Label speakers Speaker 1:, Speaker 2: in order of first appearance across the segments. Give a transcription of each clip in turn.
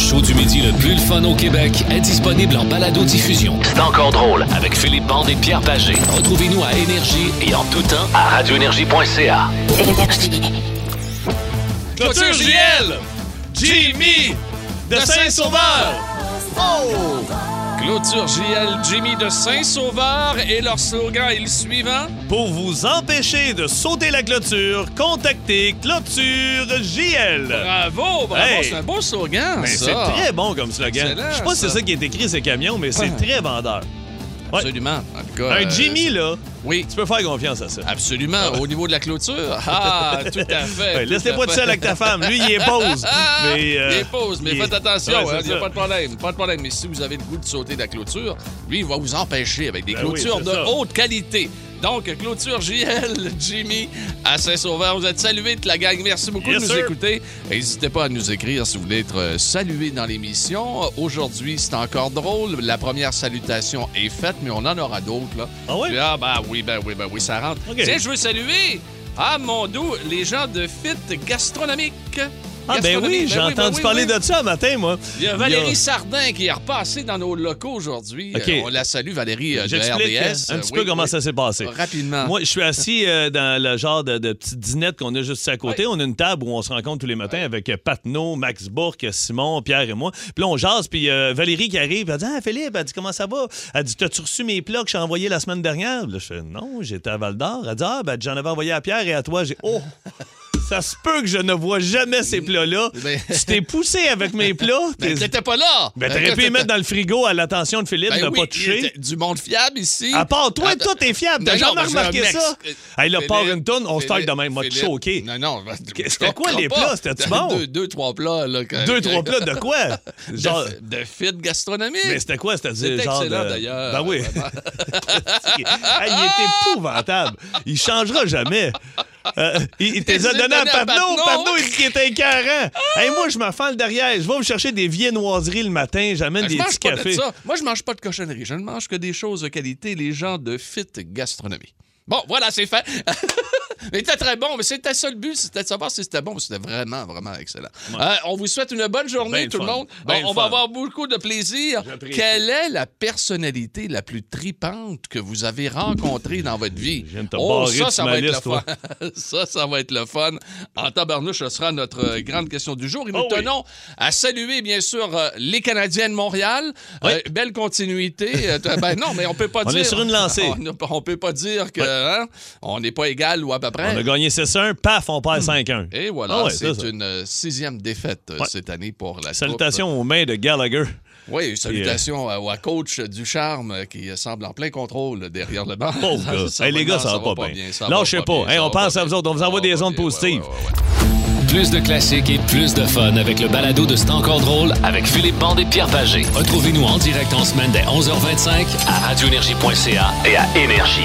Speaker 1: le plus le fun au Québec est disponible en balado-diffusion. C'est encore drôle avec Philippe Bande et Pierre Pagé. Retrouvez-nous à Énergie et en tout temps à radioénergie.ca.
Speaker 2: Clôture JL, Jimmy de Saint-Sauveur. Oh! Clôture JL, Jimmy de Saint-Sauveur et leur slogan est le suivant.
Speaker 3: Pour vous empêcher de sauter la clôture, contactez Clôture JL.
Speaker 2: Bravo, bravo,
Speaker 3: Hey.
Speaker 2: c'est un beau slogan,
Speaker 3: Ben, c'est
Speaker 2: ça.
Speaker 3: très bon comme slogan.
Speaker 2: Excellent,
Speaker 3: Je sais pas si c'est
Speaker 2: ça.
Speaker 3: ça qui est écrit ces camions, mais c'est
Speaker 2: Ah.
Speaker 3: très vendeur. ouais.
Speaker 2: Absolument. En tout cas,
Speaker 3: Un
Speaker 2: euh,
Speaker 3: Jimmy, là,
Speaker 2: Oui,
Speaker 3: tu peux faire confiance à ça.
Speaker 2: Ah, absolument. Au niveau de la clôture. Ah, tout à fait.
Speaker 3: Ouais,
Speaker 2: tout
Speaker 3: Laisse-les
Speaker 2: à
Speaker 3: pas tout
Speaker 2: fait.
Speaker 3: seul avec ta femme. Lui, il est pose.
Speaker 2: Ah!
Speaker 3: Mais, euh,
Speaker 2: il est pause, mais
Speaker 3: il est-
Speaker 2: faites attention, hein,
Speaker 3: Ouais,
Speaker 2: il
Speaker 3: c'est
Speaker 2: n'y a
Speaker 3: ça.
Speaker 2: pas de problème, pas de problème. Mais si vous avez le goût de sauter de la clôture, lui, il va vous empêcher avec des
Speaker 3: Ben
Speaker 2: clôtures
Speaker 3: oui,
Speaker 2: de
Speaker 3: c'est ça.
Speaker 2: haute qualité. Donc, clôture JL, Jimmy, à Saint-Sauveur, vous êtes salués de la gang. Merci beaucoup
Speaker 3: Yes,
Speaker 2: de nous
Speaker 3: sir.
Speaker 2: écouter. N'hésitez pas à nous écrire si vous voulez être euh, salué dans l'émission. Euh, Aujourd'hui, c'est encore drôle. La première salutation est faite, mais on en aura d'autres. là.
Speaker 3: Ah ouais?
Speaker 2: Puis, Ah, ben oui, ben oui, ben oui, ça rentre.
Speaker 3: OK.
Speaker 2: Tiens, je veux saluer, ah mon doux, les gens de Fit Gastronomique.
Speaker 3: Ah, ben
Speaker 2: Gastronomie,
Speaker 3: oui, j'ai
Speaker 2: ben
Speaker 3: entendu
Speaker 2: oui,
Speaker 3: parler
Speaker 2: oui.
Speaker 3: de ça un matin, moi.
Speaker 2: Il y a Valérie Sardin qui est repassée dans nos locaux aujourd'hui.
Speaker 3: OK.
Speaker 2: Euh, on la salue, Valérie euh, de
Speaker 3: J'explique
Speaker 2: RDS.
Speaker 3: euh, un
Speaker 2: Euh,
Speaker 3: petit
Speaker 2: oui,
Speaker 3: peu comment
Speaker 2: oui. Ah,
Speaker 3: ça s'est passé.
Speaker 2: Rapidement.
Speaker 3: Moi, je suis assis euh, dans le genre de, de petite dinette qu'on a juste ici à côté. On a une table où on se rencontre tous les matins avec euh, Patneau, Max Bourque, Simon, Pierre et moi. Puis là, on jase, puis euh, Valérie qui arrive, elle dit Ah, Philippe, elle dit Comment ça va Elle dit T'as-tu reçu mes plats que j'ai envoyés la semaine dernière Là, je fais Non, j'étais à Val d'Or. Elle dit Ah, ben, j'en avais envoyé à Pierre et à toi. J'ai Oh Ça se peut que je ne vois jamais ces plats-là.
Speaker 2: Ben-
Speaker 3: tu t'es poussé avec mes plats.
Speaker 2: Mais
Speaker 3: T'es-
Speaker 2: t'étais pas là!
Speaker 3: ben, t'aurais pu les mettre dans le frigo à l'attention de Philippe,
Speaker 2: Ben
Speaker 3: ne
Speaker 2: oui,
Speaker 3: pas
Speaker 2: il
Speaker 3: toucher.
Speaker 2: était Du monde fiable ici.
Speaker 3: À part toi,
Speaker 2: Attends-
Speaker 3: toi, t'es fiable. T'as
Speaker 2: Non, non,
Speaker 3: jamais
Speaker 2: mais
Speaker 3: remarqué
Speaker 2: j'ai un
Speaker 3: ça?
Speaker 2: Mex-
Speaker 3: Hey, là,
Speaker 2: Philippe,
Speaker 3: part une toune, on se taille de
Speaker 2: Philippe,
Speaker 3: même. Moi, te
Speaker 2: Philippe.
Speaker 3: choqué.
Speaker 2: Non, non. ben,
Speaker 3: C'était quoi les
Speaker 2: comprends
Speaker 3: plats?
Speaker 2: pas.
Speaker 3: C'était-tu bon?
Speaker 2: Deux, deux, trois plats. Là, que-
Speaker 3: Deux,
Speaker 2: que-
Speaker 3: trois plats de quoi?
Speaker 2: de-
Speaker 3: Genre.
Speaker 2: De fit gastronomique.
Speaker 3: Mais c'était quoi? C'est-à-dire,
Speaker 2: C'était
Speaker 3: genre.
Speaker 2: excellent,
Speaker 3: de-
Speaker 2: d'ailleurs.
Speaker 3: Ben oui.
Speaker 2: Vraiment.
Speaker 3: Hey, il est épouvantable. Il changera jamais. Euh, il il te les a
Speaker 2: Il les a
Speaker 3: donné à
Speaker 2: donnés à
Speaker 3: Pablo.
Speaker 2: Papineau.
Speaker 3: Pablo, il dit qu'il était écœurant. Hey, moi, je me fends le derrière. Je vais me chercher des viennoiseries le matin. J'amène
Speaker 2: Ben,
Speaker 3: des
Speaker 2: je mange
Speaker 3: petits
Speaker 2: pas de
Speaker 3: cafés.
Speaker 2: ça. Moi, je mange pas de cochonnerie. Je ne mange que des choses de qualité, les gens de fit gastronomie. Bon, voilà, c'est fait. Mais C'était très bon, mais c'était ça le but, c'était de savoir si c'était bon, mais c'était vraiment, vraiment excellent. Euh, on vous souhaite une bonne journée,
Speaker 3: Ben le
Speaker 2: tout le
Speaker 3: fun.
Speaker 2: monde.
Speaker 3: Ben
Speaker 2: on
Speaker 3: le
Speaker 2: on va
Speaker 3: fun.
Speaker 2: avoir beaucoup de plaisir.
Speaker 3: J'apprécie.
Speaker 2: Quelle est la personnalité la plus tripante que vous avez rencontrée dans votre vie?
Speaker 3: Je viens de te
Speaker 2: oh,
Speaker 3: barrer
Speaker 2: ça,
Speaker 3: de
Speaker 2: ça
Speaker 3: ma
Speaker 2: va être
Speaker 3: liste,
Speaker 2: le fun. ça, ça va être le fun. En tabarnouche, ce sera notre euh, grande question du jour. Et nous
Speaker 3: Oh oui.
Speaker 2: tenons à saluer, bien sûr, euh, les Canadiens de Montréal.
Speaker 3: Oui.
Speaker 2: Euh, belle continuité. Euh, t- ben non, mais on peut pas
Speaker 3: On
Speaker 2: dire...
Speaker 3: est sur une lancée.
Speaker 2: On, on peut pas dire que hein, on n'est pas égal ou à peu près.
Speaker 3: On a gagné 6-1. Paf, on perd 5-1.
Speaker 2: Hmm. Et voilà,
Speaker 3: Ah ouais,
Speaker 2: c'est
Speaker 3: ça, ça.
Speaker 2: une euh, sixième défaite euh,
Speaker 3: Ouais.
Speaker 2: cette année pour la
Speaker 3: Salutations euh, aux mains de Gallagher.
Speaker 2: troupe. Oui, salutations à, à coach du charme euh, qui euh, semble en plein contrôle derrière le banc.
Speaker 3: Pauvre gars.
Speaker 2: Ça
Speaker 3: Hey,
Speaker 2: va-
Speaker 3: les gars,
Speaker 2: non,
Speaker 3: ça va pas bien.
Speaker 2: ça
Speaker 3: Non,
Speaker 2: va
Speaker 3: je sais pas.
Speaker 2: bien,
Speaker 3: Hey,
Speaker 2: ça
Speaker 3: on
Speaker 2: va pas
Speaker 3: pense à
Speaker 2: bien.
Speaker 3: vous autres. On vous envoie
Speaker 2: Ça
Speaker 3: des
Speaker 2: va pas
Speaker 3: ondes
Speaker 2: bien. Ouais,
Speaker 3: positives.
Speaker 2: ouais, ouais, ouais.
Speaker 1: Plus de classiques et plus de fun avec le balado de C'est encore drôle avec Philippe Bande et Pierre Pagé. Retrouvez-nous en direct en semaine dès 11h25 à radioénergie.ca et à Énergie.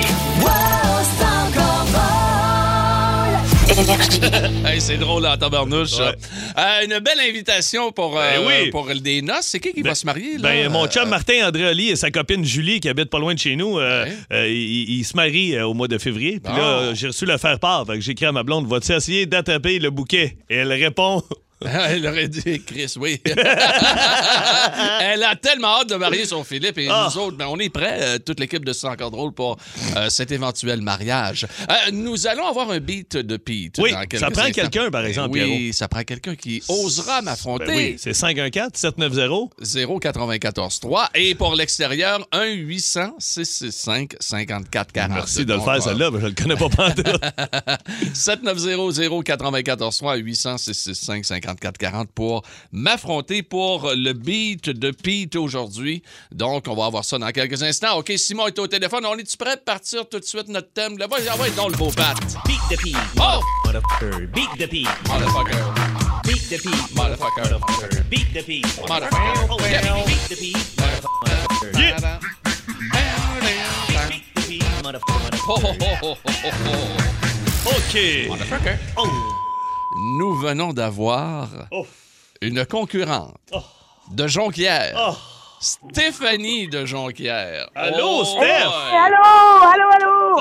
Speaker 2: Hey, c'est drôle en tabarnouche. ça. Euh, une belle invitation pour, euh,
Speaker 3: Ben oui.
Speaker 2: pour des noces. C'est qui qui va se marier? Là?
Speaker 3: Ben, mon chum
Speaker 2: Euh,
Speaker 3: Martin Andréoli et sa copine Julie, qui habite pas loin de chez nous, euh,
Speaker 2: Ouais.
Speaker 3: euh, ils, ils se marient euh, au mois de février. Puis là,
Speaker 2: Bon.
Speaker 3: euh, j'ai reçu le faire-part. Fait que j'ai écrit à ma blonde Vas-tu essayer d'attraper le bouquet Et elle répond
Speaker 2: Elle Ah, aurait dit Chris, oui. Elle a tellement hâte de marier son Philippe et
Speaker 3: Ah.
Speaker 2: nous autres. Ben, on est prêts, euh, toute l'équipe de C'est encore drôle, pour euh, cet éventuel mariage. Euh, nous allons avoir un beat de Pete.
Speaker 3: Oui,
Speaker 2: dans quelques
Speaker 3: ça prend
Speaker 2: instants.
Speaker 3: quelqu'un, par
Speaker 2: Ben
Speaker 3: exemple,
Speaker 2: Oui,
Speaker 3: Pierrot.
Speaker 2: ça prend quelqu'un qui osera m'affronter.
Speaker 3: Ben oui, c'est 514-790.
Speaker 2: 094-3. Et pour l'extérieur, 1-800-665-5440.
Speaker 3: Merci de le
Speaker 2: Donc,
Speaker 3: faire,
Speaker 2: euh,
Speaker 3: celle-là. ben, je le connais pas pantoute.
Speaker 2: 790-094-3-800-665-5440 pour m'affronter pour le beat de Pete aujourd'hui. Donc, on va avoir ça dans quelques instants. OK, Simon est au téléphone. On est-tu prêt de partir tout de suite notre thème? Là, vas-y, envoie donc le beau Pat.
Speaker 4: Beat the pig,
Speaker 2: Oh!
Speaker 4: motherfucker. Beat the pig,
Speaker 2: Motherfucker.
Speaker 4: beat the pig,
Speaker 2: Motherfucker.
Speaker 4: motherfucker. Beat the pig,
Speaker 2: Motherfucker.
Speaker 4: Oh, well. Beat the pig, motherfucker. Beat the pig,
Speaker 2: Oh, oh,
Speaker 4: motherfucker.
Speaker 2: oh, oh, oh, oh.
Speaker 3: OK.
Speaker 2: Motherfucker.
Speaker 4: Oh,
Speaker 2: Nous venons d'avoir
Speaker 3: Oh.
Speaker 2: une concurrente de Jonquière
Speaker 3: Oh.
Speaker 2: Stéphanie de Jonquière.
Speaker 3: Allô,
Speaker 2: Oh,
Speaker 3: Steph?
Speaker 2: ouais.
Speaker 5: Allô, allô,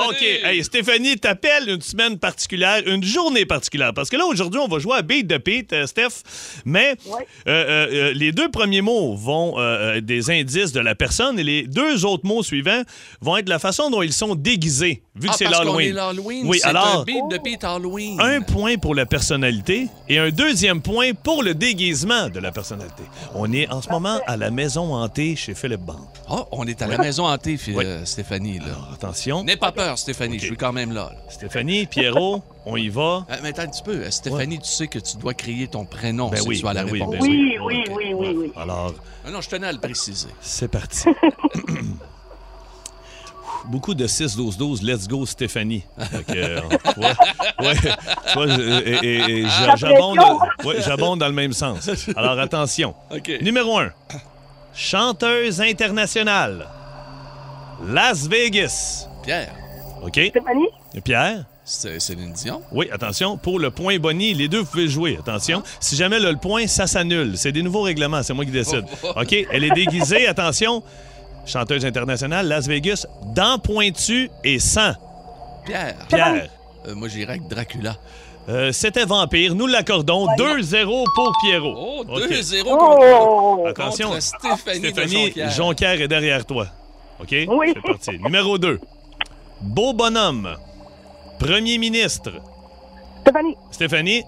Speaker 5: allô!
Speaker 3: OK. Hey, Stéphanie, t'appelles une semaine particulière, une journée particulière. Parce que là, aujourd'hui, on va jouer à Beat de Pete, euh, Steph. Mais
Speaker 5: Ouais.
Speaker 3: euh, euh, euh, les deux premiers mots vont euh, euh, des indices de la personne et les deux autres mots suivants vont être la façon dont ils sont déguisés, vu que
Speaker 2: Ah,
Speaker 3: c'est
Speaker 2: parce qu'on est
Speaker 3: l'Halloween.
Speaker 2: l'Halloween.
Speaker 3: Oui,
Speaker 2: c'est
Speaker 3: alors.
Speaker 2: un beat de beat Halloween.
Speaker 3: Un point pour la personnalité et un deuxième point pour le déguisement de la personnalité. On est en ce moment à la maison hantée chez Philippe Band.
Speaker 2: Oh, on est à la maison hantée, Phil-
Speaker 3: Oui.
Speaker 2: euh, Stéphanie. Là.
Speaker 3: Attention,
Speaker 2: N'aie pas peur, Stéphanie, je suis quand même là. là.
Speaker 3: Stéphanie, Pierrot, on y va.
Speaker 2: Euh, mais attends un petit peu. euh, Stéphanie, tu sais que tu dois crier ton prénom
Speaker 3: Ben
Speaker 2: si
Speaker 3: oui,
Speaker 2: tu as la
Speaker 3: ben oui,
Speaker 2: réponse.
Speaker 3: ben
Speaker 5: Oui, oui,
Speaker 3: oui, ok.
Speaker 5: oui, oui, oui.
Speaker 3: Alors,
Speaker 2: Ah Non, je tenais à le préciser.
Speaker 3: C'est parti. Beaucoup de 6-12-12, let's go Stéphanie. Fait que, euh, ouais, ouais, tu vois, je- et- et- et j'a- j'abonde euh, ouais, j'abonde dans le même sens. Alors attention.
Speaker 2: OK.
Speaker 3: Numéro 1. Chanteuse internationale. Las Vegas.
Speaker 2: Pierre,
Speaker 3: OK.
Speaker 5: Stéphanie?
Speaker 3: Pierre?
Speaker 2: c'est Céline Dion.
Speaker 3: Oui, attention. Pour le point Bonnie, les deux, vous pouvez jouer. Attention. Si jamais là, le point, ça s'annule. C'est des nouveaux règlements. C'est moi qui décide.
Speaker 2: Oh,
Speaker 3: OK. Elle est déguisée. Attention. Chanteuse internationale, Las Vegas, dans pointu et sans.
Speaker 2: Pierre,
Speaker 3: Pierre.
Speaker 2: euh, moi j'irais avec Dracula.
Speaker 3: Euh, C'était Vampire. Nous l'accordons. 2-0 pour Pierrot.
Speaker 2: Oh, 2-0
Speaker 3: OK.
Speaker 2: contre,
Speaker 5: Oh!
Speaker 3: Attention.
Speaker 2: contre Stéphanie, de
Speaker 3: Stéphanie,
Speaker 2: Jonquière.
Speaker 3: Jonquière est derrière toi. OK?
Speaker 5: Oui.
Speaker 3: C'est parti. Numéro 2. Beau bonhomme. Premier ministre.
Speaker 5: Stéphanie,
Speaker 3: Stéphanie,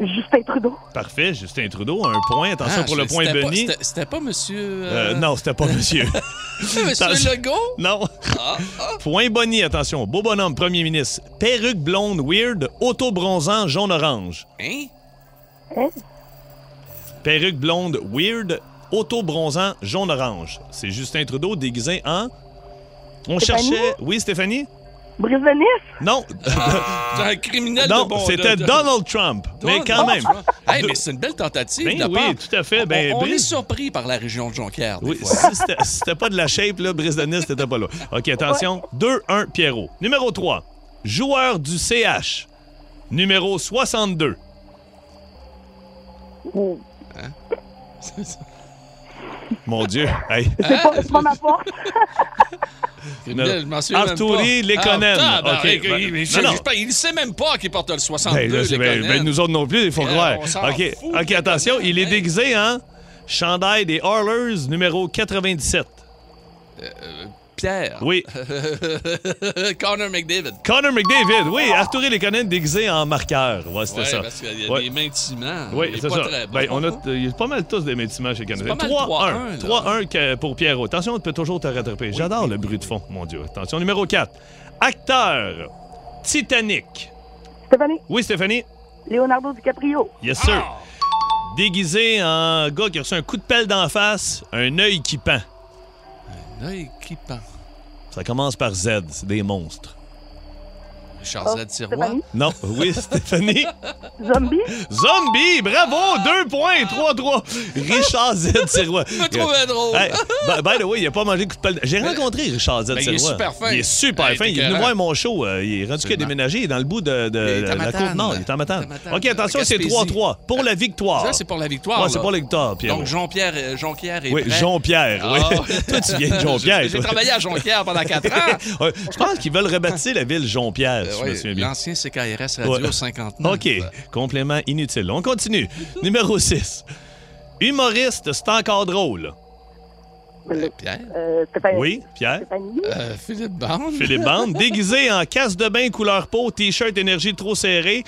Speaker 5: Justin Trudeau.
Speaker 3: parfait. Justin Trudeau, un point. Attention
Speaker 2: Ah,
Speaker 3: pour le
Speaker 2: c'était
Speaker 3: point
Speaker 2: pas-
Speaker 3: Bonnie.
Speaker 2: c'était- C'était pas monsieur...
Speaker 3: Euh,
Speaker 2: euh,
Speaker 3: non, c'était pas monsieur.
Speaker 2: c'était monsieur
Speaker 3: Attention.
Speaker 2: Legault?
Speaker 3: non.
Speaker 2: Ah,
Speaker 3: Point Bonnie, attention. Beau bonhomme, premier ministre. Perruque blonde, weird, auto-bronzant, jaune-orange.
Speaker 2: Hein?
Speaker 5: Hein?
Speaker 3: Perruque blonde, weird, auto-bronzant, jaune-orange. C'est Justin Trudeau déguisé en. On
Speaker 5: Stéphanie?
Speaker 3: cherchait. Oui, Stéphanie?
Speaker 5: Brice de Nice?
Speaker 3: Non.
Speaker 2: C'est un criminel
Speaker 3: non,
Speaker 2: de bon...
Speaker 3: c'était
Speaker 2: de- de-
Speaker 3: Donald Trump. mais quand même.
Speaker 2: Donald Trump. Hey, mais c'est une belle tentative.
Speaker 3: Ben
Speaker 2: de la
Speaker 3: oui,
Speaker 2: part.
Speaker 3: tout à fait. Ben,
Speaker 2: on, on est
Speaker 3: Brice-
Speaker 2: surpris par la région de Jonquière. des
Speaker 3: Oui,
Speaker 2: fois.
Speaker 3: si c'était- si c'était pas de la shape, là, Brice Denis, t'étais pas là. OK, attention. 2-1, Pierrot. Numéro 3, joueur du CH. Numéro 62.
Speaker 5: Oh.
Speaker 3: Mon Dieu. Hey.
Speaker 2: Ah,
Speaker 5: C'est pas, c'est pas ma force.
Speaker 2: Criminel, je m'en souviens même
Speaker 3: Arturi
Speaker 2: pas.
Speaker 3: Lekonen.
Speaker 2: Ah,
Speaker 3: OK,
Speaker 2: tabarnak,
Speaker 3: ben,
Speaker 2: il- il-
Speaker 3: non, non.
Speaker 2: je- je pense- Il sait même pas qu'il porte le 62,
Speaker 3: Ben, là, c'est- ben,
Speaker 2: Lekonen.
Speaker 3: ben, nous autres non plus, il faut
Speaker 2: Eh,
Speaker 3: croire.
Speaker 2: on s'en
Speaker 3: OK,
Speaker 2: fout,
Speaker 3: OK, attention,
Speaker 2: Lekonen,
Speaker 3: il est
Speaker 2: hey.
Speaker 3: déguisé en chandail des Oilers numéro 97.
Speaker 2: Pierre.
Speaker 3: Oui.
Speaker 2: Connor McDavid.
Speaker 3: Connor McDavid, oui, Arturi Lekonen déguisé en marqueur. Ouais, c'était
Speaker 2: Ouais,
Speaker 3: ça.
Speaker 2: parce qu'il y a
Speaker 3: Ouais.
Speaker 2: des mains timants.
Speaker 3: Oui,
Speaker 2: Il est
Speaker 3: c'est
Speaker 2: pas
Speaker 3: ça.
Speaker 2: très bon.
Speaker 3: Ben, on a, t- il y a pas mal tous des médecins chez Canadien.
Speaker 2: pas mal
Speaker 3: 3-1.
Speaker 2: 3-1, là.
Speaker 3: 3-1 que- pour Pierrot. Attention, tu peux toujours te rattraper. J'adore le bruit de fond, mon Dieu. Attention, numéro 4. Acteur Titanic.
Speaker 5: Stéphanie,
Speaker 3: Oui, Stéphanie?
Speaker 5: Leonardo DiCaprio.
Speaker 3: Yes, sir.
Speaker 2: Ah!
Speaker 3: Déguisé en gars qui a reçu un coup de pelle d'en face, un œil qui pend.
Speaker 2: Là, il- qui pend?
Speaker 3: Ça commence par Z, c'est des monstres.
Speaker 2: Richard
Speaker 5: Oh,
Speaker 2: Z. Tiroir.
Speaker 5: Stéphanie,
Speaker 3: Non, oui, Stéphanie.
Speaker 5: Zombie.
Speaker 3: Zombie, bravo, 2 points, 3-3. Richard Z. Sirois.
Speaker 2: Je me trouvais drôle.
Speaker 3: Hey, by, by the way, il a pas mangé de coup de pelle. J'ai rencontré Richard Z.
Speaker 2: il est
Speaker 3: Sirois.
Speaker 2: super fin.
Speaker 3: Il est super
Speaker 2: Hey,
Speaker 3: fin.
Speaker 2: t'es
Speaker 3: Il est venu
Speaker 2: écœurant.
Speaker 3: voir mon show. euh, Il est rendu qu'il a
Speaker 2: Absolument.
Speaker 3: déménagé. Il est dans le bout de, de
Speaker 2: Il est à
Speaker 3: la
Speaker 2: Matane.
Speaker 3: côte nord. Il est en Matane.
Speaker 2: Il est à Matane.
Speaker 3: OK, attention,
Speaker 2: En
Speaker 3: c'est
Speaker 2: Gaspésie.
Speaker 3: 3-3 pour la victoire.
Speaker 2: Ça, c'est pour la victoire.
Speaker 3: Ouais, c'est
Speaker 2: là.
Speaker 3: pour la victoire, Pierre.
Speaker 2: Donc, Jean-Pierre euh, Jonquière est
Speaker 3: oui,
Speaker 2: prêt.
Speaker 3: Jean-Pierre. oui.
Speaker 2: Ah.
Speaker 3: toi, tu viens de Jean-Pierre.
Speaker 2: J'ai
Speaker 3: toi.
Speaker 2: travaillé à Jonquière pendant 4 ans.
Speaker 3: Ouais, Je pense qu'ils veulent rebaptiser la ville Jean-Pierre, si
Speaker 2: Euh,
Speaker 3: je
Speaker 2: ouais,
Speaker 3: me souviens bien.
Speaker 2: L'ancien CKRS Radio
Speaker 3: Ouais.
Speaker 2: 59.
Speaker 3: OK, complément inutile. On continue. Numéro 6. Humoriste, c'est encore drôle.
Speaker 2: Euh, Pierre.
Speaker 5: Euh, Stéphanie.
Speaker 3: Oui, Pierre?
Speaker 5: Stéphanie,
Speaker 2: Euh, Philippe Bond.
Speaker 3: Philippe Bande, déguisé en casse de bain couleur peau, t-shirt énergie trop serré,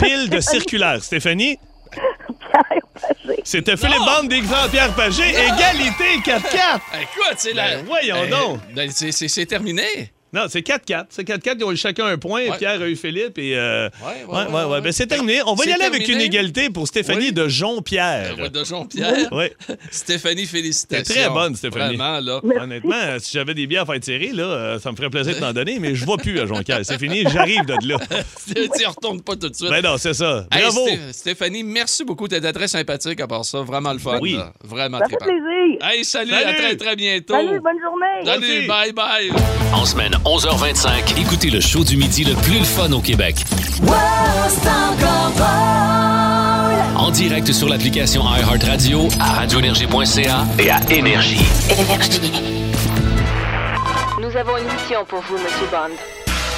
Speaker 3: pile de circulaire. Stéphanie,
Speaker 5: Pierre Pagé.
Speaker 3: c'était Philippe Bande déguisé en Pierre Pagé, égalité 4-4.
Speaker 2: Écoute, c'est la.
Speaker 3: Ben, voyons donc.
Speaker 2: ben, c'est- c'est c'est terminé.
Speaker 3: Non, c'est 4-4. C'est 4-4, ils ont eu chacun un point.
Speaker 2: Ouais.
Speaker 3: Pierre a eu Philippe et. euh,
Speaker 2: Ouais, ouais, ouais, ouais.
Speaker 3: Ben, c'est terminé. On va y
Speaker 2: C'est
Speaker 3: aller avec une
Speaker 2: terminé.
Speaker 3: égalité pour Stéphanie
Speaker 2: Oui.
Speaker 3: de Jean-Pierre.
Speaker 2: Euh, De Jean-Pierre.
Speaker 3: Ouais.
Speaker 2: Stéphanie, félicitations.
Speaker 3: T'es très bonne, Stéphanie.
Speaker 2: Vraiment, là.
Speaker 3: Honnêtement, euh, si j'avais des bières à faire tirer, là, euh, ça me ferait plaisir de t'en donner, mais je ne vais plus à Jonquière. C'est fini, j'arrive de là.
Speaker 2: tu y retournes pas tout de suite.
Speaker 3: Ben non, c'est ça.
Speaker 2: Hey,
Speaker 3: Bravo!
Speaker 2: Sté- Stéphanie, merci beaucoup. T'étais très sympathique à part ça. Vraiment le fun.
Speaker 3: Ben Oui.
Speaker 2: là. Vraiment
Speaker 5: Ça
Speaker 2: très
Speaker 5: fait plaisir.
Speaker 2: Hey, salut,
Speaker 3: Salut.
Speaker 2: à très, très bientôt.
Speaker 5: Salut, bonne journée.
Speaker 2: Salut, bye, bye.
Speaker 1: En semaine 11h25, écoutez le show du midi le plus le fun au Québec. En direct sur l'application iHeartRadio, à radioénergie.ca et à Énergie.
Speaker 6: Nous avons une mission pour vous, Monsieur Bond.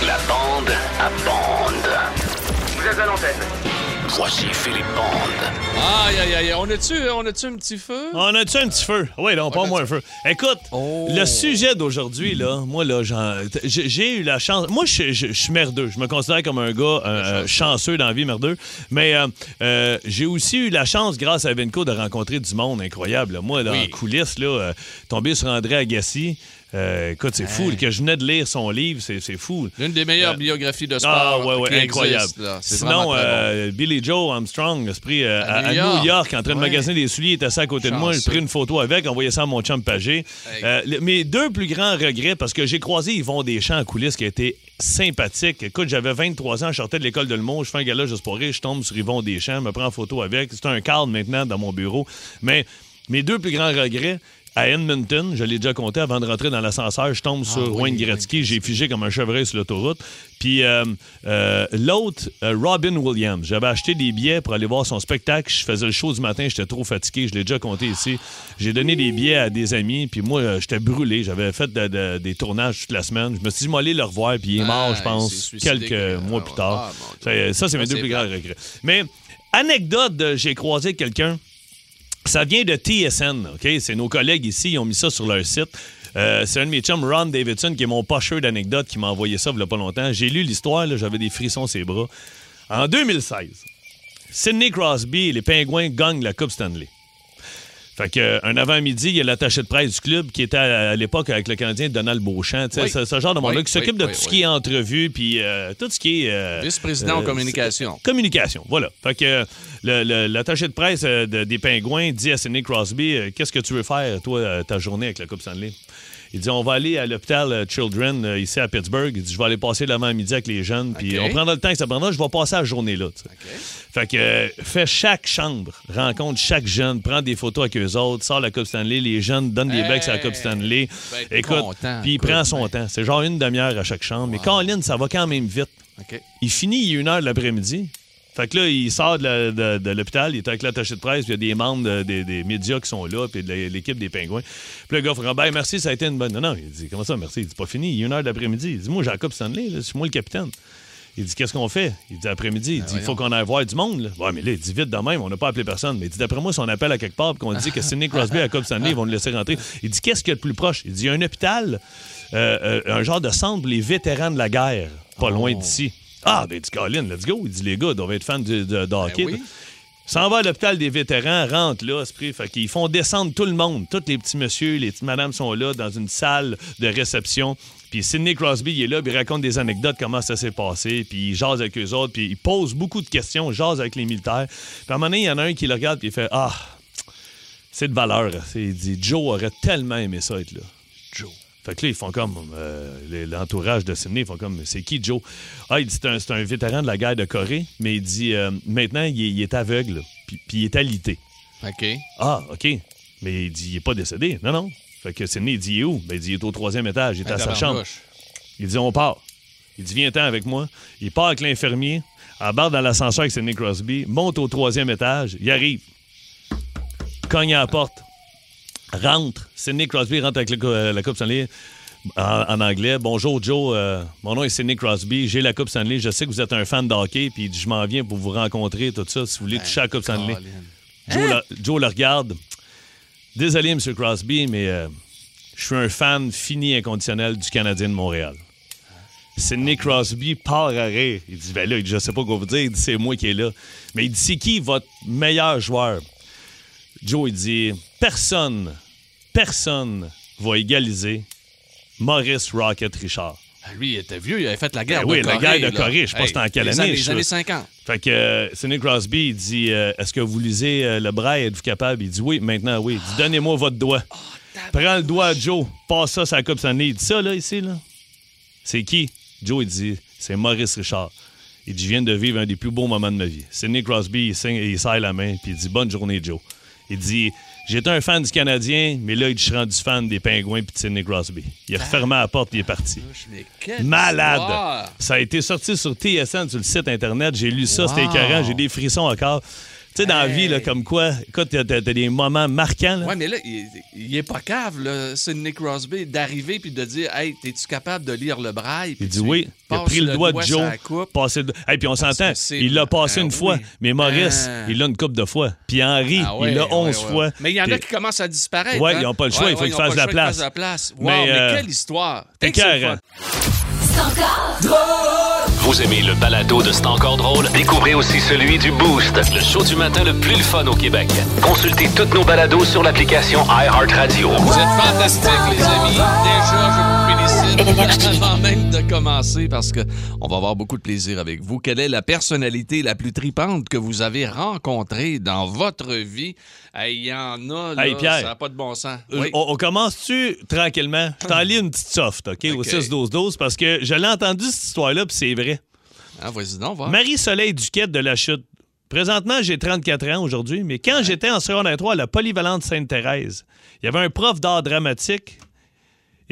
Speaker 1: La bande à bande. Vous êtes à l'antenne. Voici Philippe Bande.
Speaker 2: Aïe, aïe, aïe. On a-tu on a-tu un petit feu?
Speaker 3: On a-tu un petit feu? Oui, non, pas moi un feu. Oh. Écoute, le sujet d'aujourd'hui, là, moi, là, j'en- j'ai j'ai eu la chance. Moi, je je- je suis merdeux. Je me considère comme un gars euh, chanceux dans la vie, merdeux. Mais euh, euh, j'ai aussi eu la chance, grâce à Vinco, de rencontrer du monde incroyable. là. Moi, là,
Speaker 2: Oui.
Speaker 3: en coulisses, là, euh, tomber sur André Agassi. euh, écoute, c'est fou. Que je venais de lire son livre, c'est c'est fou.
Speaker 2: L'une des meilleures
Speaker 3: Euh,
Speaker 2: biographies de sport.
Speaker 3: Ah, ouais, ouais,
Speaker 2: qui
Speaker 3: incroyable.
Speaker 2: existe, là. C'est vraiment
Speaker 3: Sinon,
Speaker 2: très bon.
Speaker 3: euh, Billy Joe Armstrong a se pris euh, à,
Speaker 2: À
Speaker 3: à
Speaker 2: New
Speaker 3: New
Speaker 2: York.
Speaker 3: York. en train de
Speaker 2: Ouais.
Speaker 3: magasiner des souliers. Il était assis à côté de moi. J'ai
Speaker 2: Chanceux.
Speaker 3: pris une photo avec, envoyé ça à mon chum Pagé.
Speaker 2: Hey.
Speaker 3: Euh, le- mes deux plus grands regrets, parce que j'ai croisé Yvon Deschamps en coulisses qui a été sympathique. Écoute, j'avais 23 ans, je sortais de l'école de Lemont, je fais un gala juste pour rire, je tombe sur Yvon Deschamps, me prends en photo avec. C'est un cadre maintenant dans mon bureau. Mais mes deux plus grands regrets, à Edmonton, je l'ai déjà compté, avant de rentrer dans l'ascenseur, je
Speaker 2: Ah,
Speaker 3: tombe sur Wayne Gretzky, j'ai figé comme un chevreuil sur l'autoroute. Puis euh, euh, l'autre, euh, Robin Williams, j'avais acheté des billets pour aller voir son spectacle, je faisais le show du matin, j'étais trop fatigué, je l'ai déjà compté ici. J'ai donné des billets à des amis, puis moi, euh, j'étais brûlé, j'avais fait de- de- des tournages toute la semaine. Je me suis dit, je vais aller le revoir, puis il est mort,
Speaker 2: Ah,
Speaker 3: je
Speaker 2: il s'est
Speaker 3: pense,
Speaker 2: suicidé,
Speaker 3: quelques
Speaker 2: euh,
Speaker 3: mois
Speaker 2: ouais.
Speaker 3: plus tard.
Speaker 2: Ah, mon Dieu.
Speaker 3: Ça, euh, ça, c'est mes
Speaker 2: Ça,
Speaker 3: deux
Speaker 2: c'est
Speaker 3: plus
Speaker 2: plate.
Speaker 3: grands regrets. Mais anecdote, de- j'ai croisé quelqu'un ça vient de TSN, OK? C'est nos collègues ici, ils ont mis ça sur leur site. Euh, c'est un de mes chums, Ron Davidson, qui est mon pocheur d'anecdotes, qui m'a envoyé ça il y a pas longtemps. J'ai lu l'histoire, là, j'avais des frissons sur les bras. En 2016, Sidney Crosby et les Pingouins gagnent la Coupe Stanley. Fait que, euh, un avant-midi, il y a l'attaché de presse du club qui était à, à l'époque avec le Canadien Donald Beauchamp. Tu sais,
Speaker 2: Oui.
Speaker 3: Ce, ce genre de
Speaker 2: Oui,
Speaker 3: monde-là qui s'occupe
Speaker 2: oui,
Speaker 3: de
Speaker 2: oui,
Speaker 3: tout ce
Speaker 2: oui.
Speaker 3: qui est entrevue puis euh, tout ce qui est. euh,
Speaker 2: Vice-président en
Speaker 3: euh,
Speaker 2: communication.
Speaker 3: Communication, voilà. Fait que euh, le- le- l'attaché de presse euh, de- des Pingouins dit à Sidney Crosby euh, Qu'est-ce que tu veux faire, toi, euh, ta journée avec la Coupe Stanley Il dit On va aller à l'hôpital euh, Children, euh, ici à Pittsburgh. Il dit Je vais aller passer l'avant-midi avec les jeunes, puis
Speaker 2: OK.
Speaker 3: on prendra le temps que ça prendra, je vais passer la journée là. tu sais. Fait que euh, fais chaque chambre, rencontre chaque jeune, prends des photos avec eux autres, sors la Coupe Stanley, les jeunes donnent des becs à la Coupe
Speaker 2: Hey,
Speaker 3: Stanley.
Speaker 2: ben,
Speaker 3: Écoute,
Speaker 2: content,
Speaker 3: puis il
Speaker 2: écoute,
Speaker 3: prend son
Speaker 2: ben.
Speaker 3: temps. C'est genre une demi-heure à chaque chambre. Mais Colin, ça va quand même vite.
Speaker 2: OK.
Speaker 3: Il finit, il est une heure de l'après-midi. Fait que là, il sort de, la- de- de l'hôpital, il est avec l'attaché de presse, puis il y a des membres de- des, des médias qui sont là, puis de l'équipe des Pingouins. Puis le gars fait Robert, merci, ça a été une bonne. Non, non, il dit Comment ça, merci Il dit Pas fini, il est une heure de l'après-midi. Il dit Moi, Jacob Stanley, là, c'est moi le capitaine. Il dit Qu'est-ce qu'on fait Il dit Après-midi, il dit Il faut qu'on aille voir du monde. Là. Ouais, mais là, il dit Vite de même, on n'a pas appelé personne. Mais il dit D'après moi, si on appelle à quelque part, puis qu'on dit que Sidney Crosby à Jacob Stanley, ils vont le laisser rentrer. Il dit Qu'est-ce qu'il y a de plus proche Il dit Il y a un hôpital, euh, euh, un genre de centre pour les vétérans de la guerre, pas loin d'ici. Ah, ben, il dit Colin, let's go. Il dit Les gars, doivent être fans de, de, de hockey.
Speaker 2: oui.
Speaker 3: S'en va à l'hôpital des vétérans, rentre là, ce prix. Fait qu'ils font descendre tout le monde. Tous les petits messieurs, les petites madames sont là dans une salle de réception. Puis Sidney Crosby, il est là, puis il raconte des anecdotes, comment ça s'est passé, puis il jase avec eux autres, puis il pose beaucoup de questions, il jase avec les militaires. Puis à un moment donné, il y en a un qui le regarde, puis il fait Ah, c'est de valeur. C'est- Il dit Joe aurait tellement aimé ça être là. Joe. Fait que là, ils font comme. euh, les- L'entourage de Sydney, ils font comme. C'est qui, Joe? Ah, il dit c'est un, c'est un vétéran de la guerre de Corée, mais il dit euh, maintenant, il est, il est aveugle, puis puis il est alité.
Speaker 2: OK.
Speaker 3: Ah, OK. Mais il dit il n'est pas décédé. Non, non. Fait que Sydney, il dit il est où? Ben, il dit il est au troisième étage, il est à sa chambre.
Speaker 2: Ah, Tabarnouche.
Speaker 3: Il dit on part. Il dit viens-t'en avec moi. Il part avec l'infirmier, embarque dans l'ascenseur avec Sidney Crosby, monte au troisième étage, il arrive, cogne à la porte, rentre. Sidney Crosby rentre avec le- euh, la Coupe Stanley en, en anglais. Bonjour Joe, euh, mon nom est Sidney Crosby, j'ai la Coupe Stanley, je sais que vous êtes un fan de hockey, puis il dit, je m'en viens pour vous rencontrer, tout ça, si vous voulez toucher à la Coupe Stanley.
Speaker 2: Colin.
Speaker 3: Joe, le, Joe le regarde. Désolé, M. Crosby, mais euh, je suis un fan fini inconditionnel du Canadien de Montréal. Sidney Crosby part à rire. Il dit Ben là, il dit, je sais pas quoi vous dire. Il dit C'est moi qui est là. Mais il dit C'est qui votre meilleur joueur Joe, il dit Personne, personne va égaliser Maurice Rocket Richard.
Speaker 2: Ah, Lui, il était vieux, il avait fait la guerre
Speaker 3: Ben oui,
Speaker 2: de
Speaker 3: la
Speaker 2: Corée.
Speaker 3: guerre de
Speaker 2: là.
Speaker 3: Corée, je sais pas
Speaker 2: Hey,
Speaker 3: c'était en quelle
Speaker 2: les
Speaker 3: année,
Speaker 2: années-
Speaker 3: je
Speaker 2: Les
Speaker 3: sais.
Speaker 2: années 50.
Speaker 3: Fait que euh, Sidney Crosby, il dit euh, Est-ce que vous lisez euh, le braille Êtes-vous capable Il dit Oui, maintenant oui. Il dit Donnez-moi votre doigt. Prends le doigt à Joe. Passe ça sur la Coupe Stanley. Il dit Ça, là, ici, là. C'est qui Joe, il dit C'est Maurice Richard. Il dit Je viens de vivre un des plus beaux moments de ma vie. Sidney Crosby, il, signe, il serre la main, puis il dit Bonne journée, Joe. Il dit J'étais un fan du Canadien, mais là, il dit, je suis rendu fan des Pingouins puis de Sidney Crosby. Il a refermé la porte, il est parti.
Speaker 2: Mais quelle
Speaker 3: Malade.
Speaker 2: histoire.
Speaker 3: Ça a été sorti sur TSN, sur le site Internet. J'ai lu ça, c'était
Speaker 2: Wow.
Speaker 3: écœurant. J'ai des frissons encore. sais, dans la vie, là, comme quoi, écoute, t'as t'as- t'as des moments marquants. Là.
Speaker 2: Ouais, mais là, il, il est pas cave, là, Sidney Crosby, d'arriver puis de dire Hey, es-tu capable de lire le braille Puis
Speaker 3: Il dit
Speaker 2: tu
Speaker 3: oui, il a
Speaker 2: passes
Speaker 3: pris le doigt de
Speaker 2: sur
Speaker 3: Joe.
Speaker 2: la coupe.
Speaker 3: Passé le... Hey, puis on s'entend,
Speaker 2: que c'est-
Speaker 3: il l'a passé
Speaker 2: Ah,
Speaker 3: une
Speaker 2: oui.
Speaker 3: fois, mais Maurice,
Speaker 2: Ah.
Speaker 3: il l'a une coupe de fois. Puis Henri,
Speaker 2: Ah ouais,
Speaker 3: il l'a
Speaker 2: ouais,
Speaker 3: 11
Speaker 2: ouais.
Speaker 3: fois.
Speaker 2: Mais il y en a
Speaker 3: Puis-
Speaker 2: qui commencent à disparaître.
Speaker 3: Ouais,
Speaker 2: hein?
Speaker 3: ils ont pas le choix, il faut qu'ils
Speaker 2: ils ont pas
Speaker 3: fassent la
Speaker 2: le choix de
Speaker 3: place.
Speaker 2: faire la place. Wow,
Speaker 3: Mais,
Speaker 2: mais,
Speaker 3: euh,
Speaker 2: quelle histoire!
Speaker 3: T'es
Speaker 2: T'inquiète,
Speaker 3: cœur, hein?
Speaker 1: Vous aimez le balado de C'est encore drôle? Découvrez aussi celui du Boost, le show du matin le plus le fun au Québec. Consultez toutes nos balados sur l'application iHeartRadio.
Speaker 2: Vous êtes fantastiques, les amis. Déjà, je vous félicite avant même de commencer parce que on va avoir beaucoup de plaisir avec vous. Quelle est la personnalité la plus tripante que vous avez rencontrée dans votre vie? Hey, Il y en a, là,
Speaker 3: Hey, Pierre.
Speaker 2: ça n'a pas de bon sens.
Speaker 3: Euh,
Speaker 2: Oui.
Speaker 3: On, on commence-tu tranquillement? Je t'en lis une petite soft, OK, au
Speaker 2: OK.
Speaker 3: 6-12-12, parce que je l'ai entendu, cette histoire-là, puis c'est vrai.
Speaker 2: Hein, Vas-y donc, va.
Speaker 3: Marie-Soleil Duquette de La Chute. Présentement, j'ai 34 ans aujourd'hui, mais quand j'étais en secondaire 3 à la polyvalente Sainte-Thérèse, il y avait un prof d'art dramatique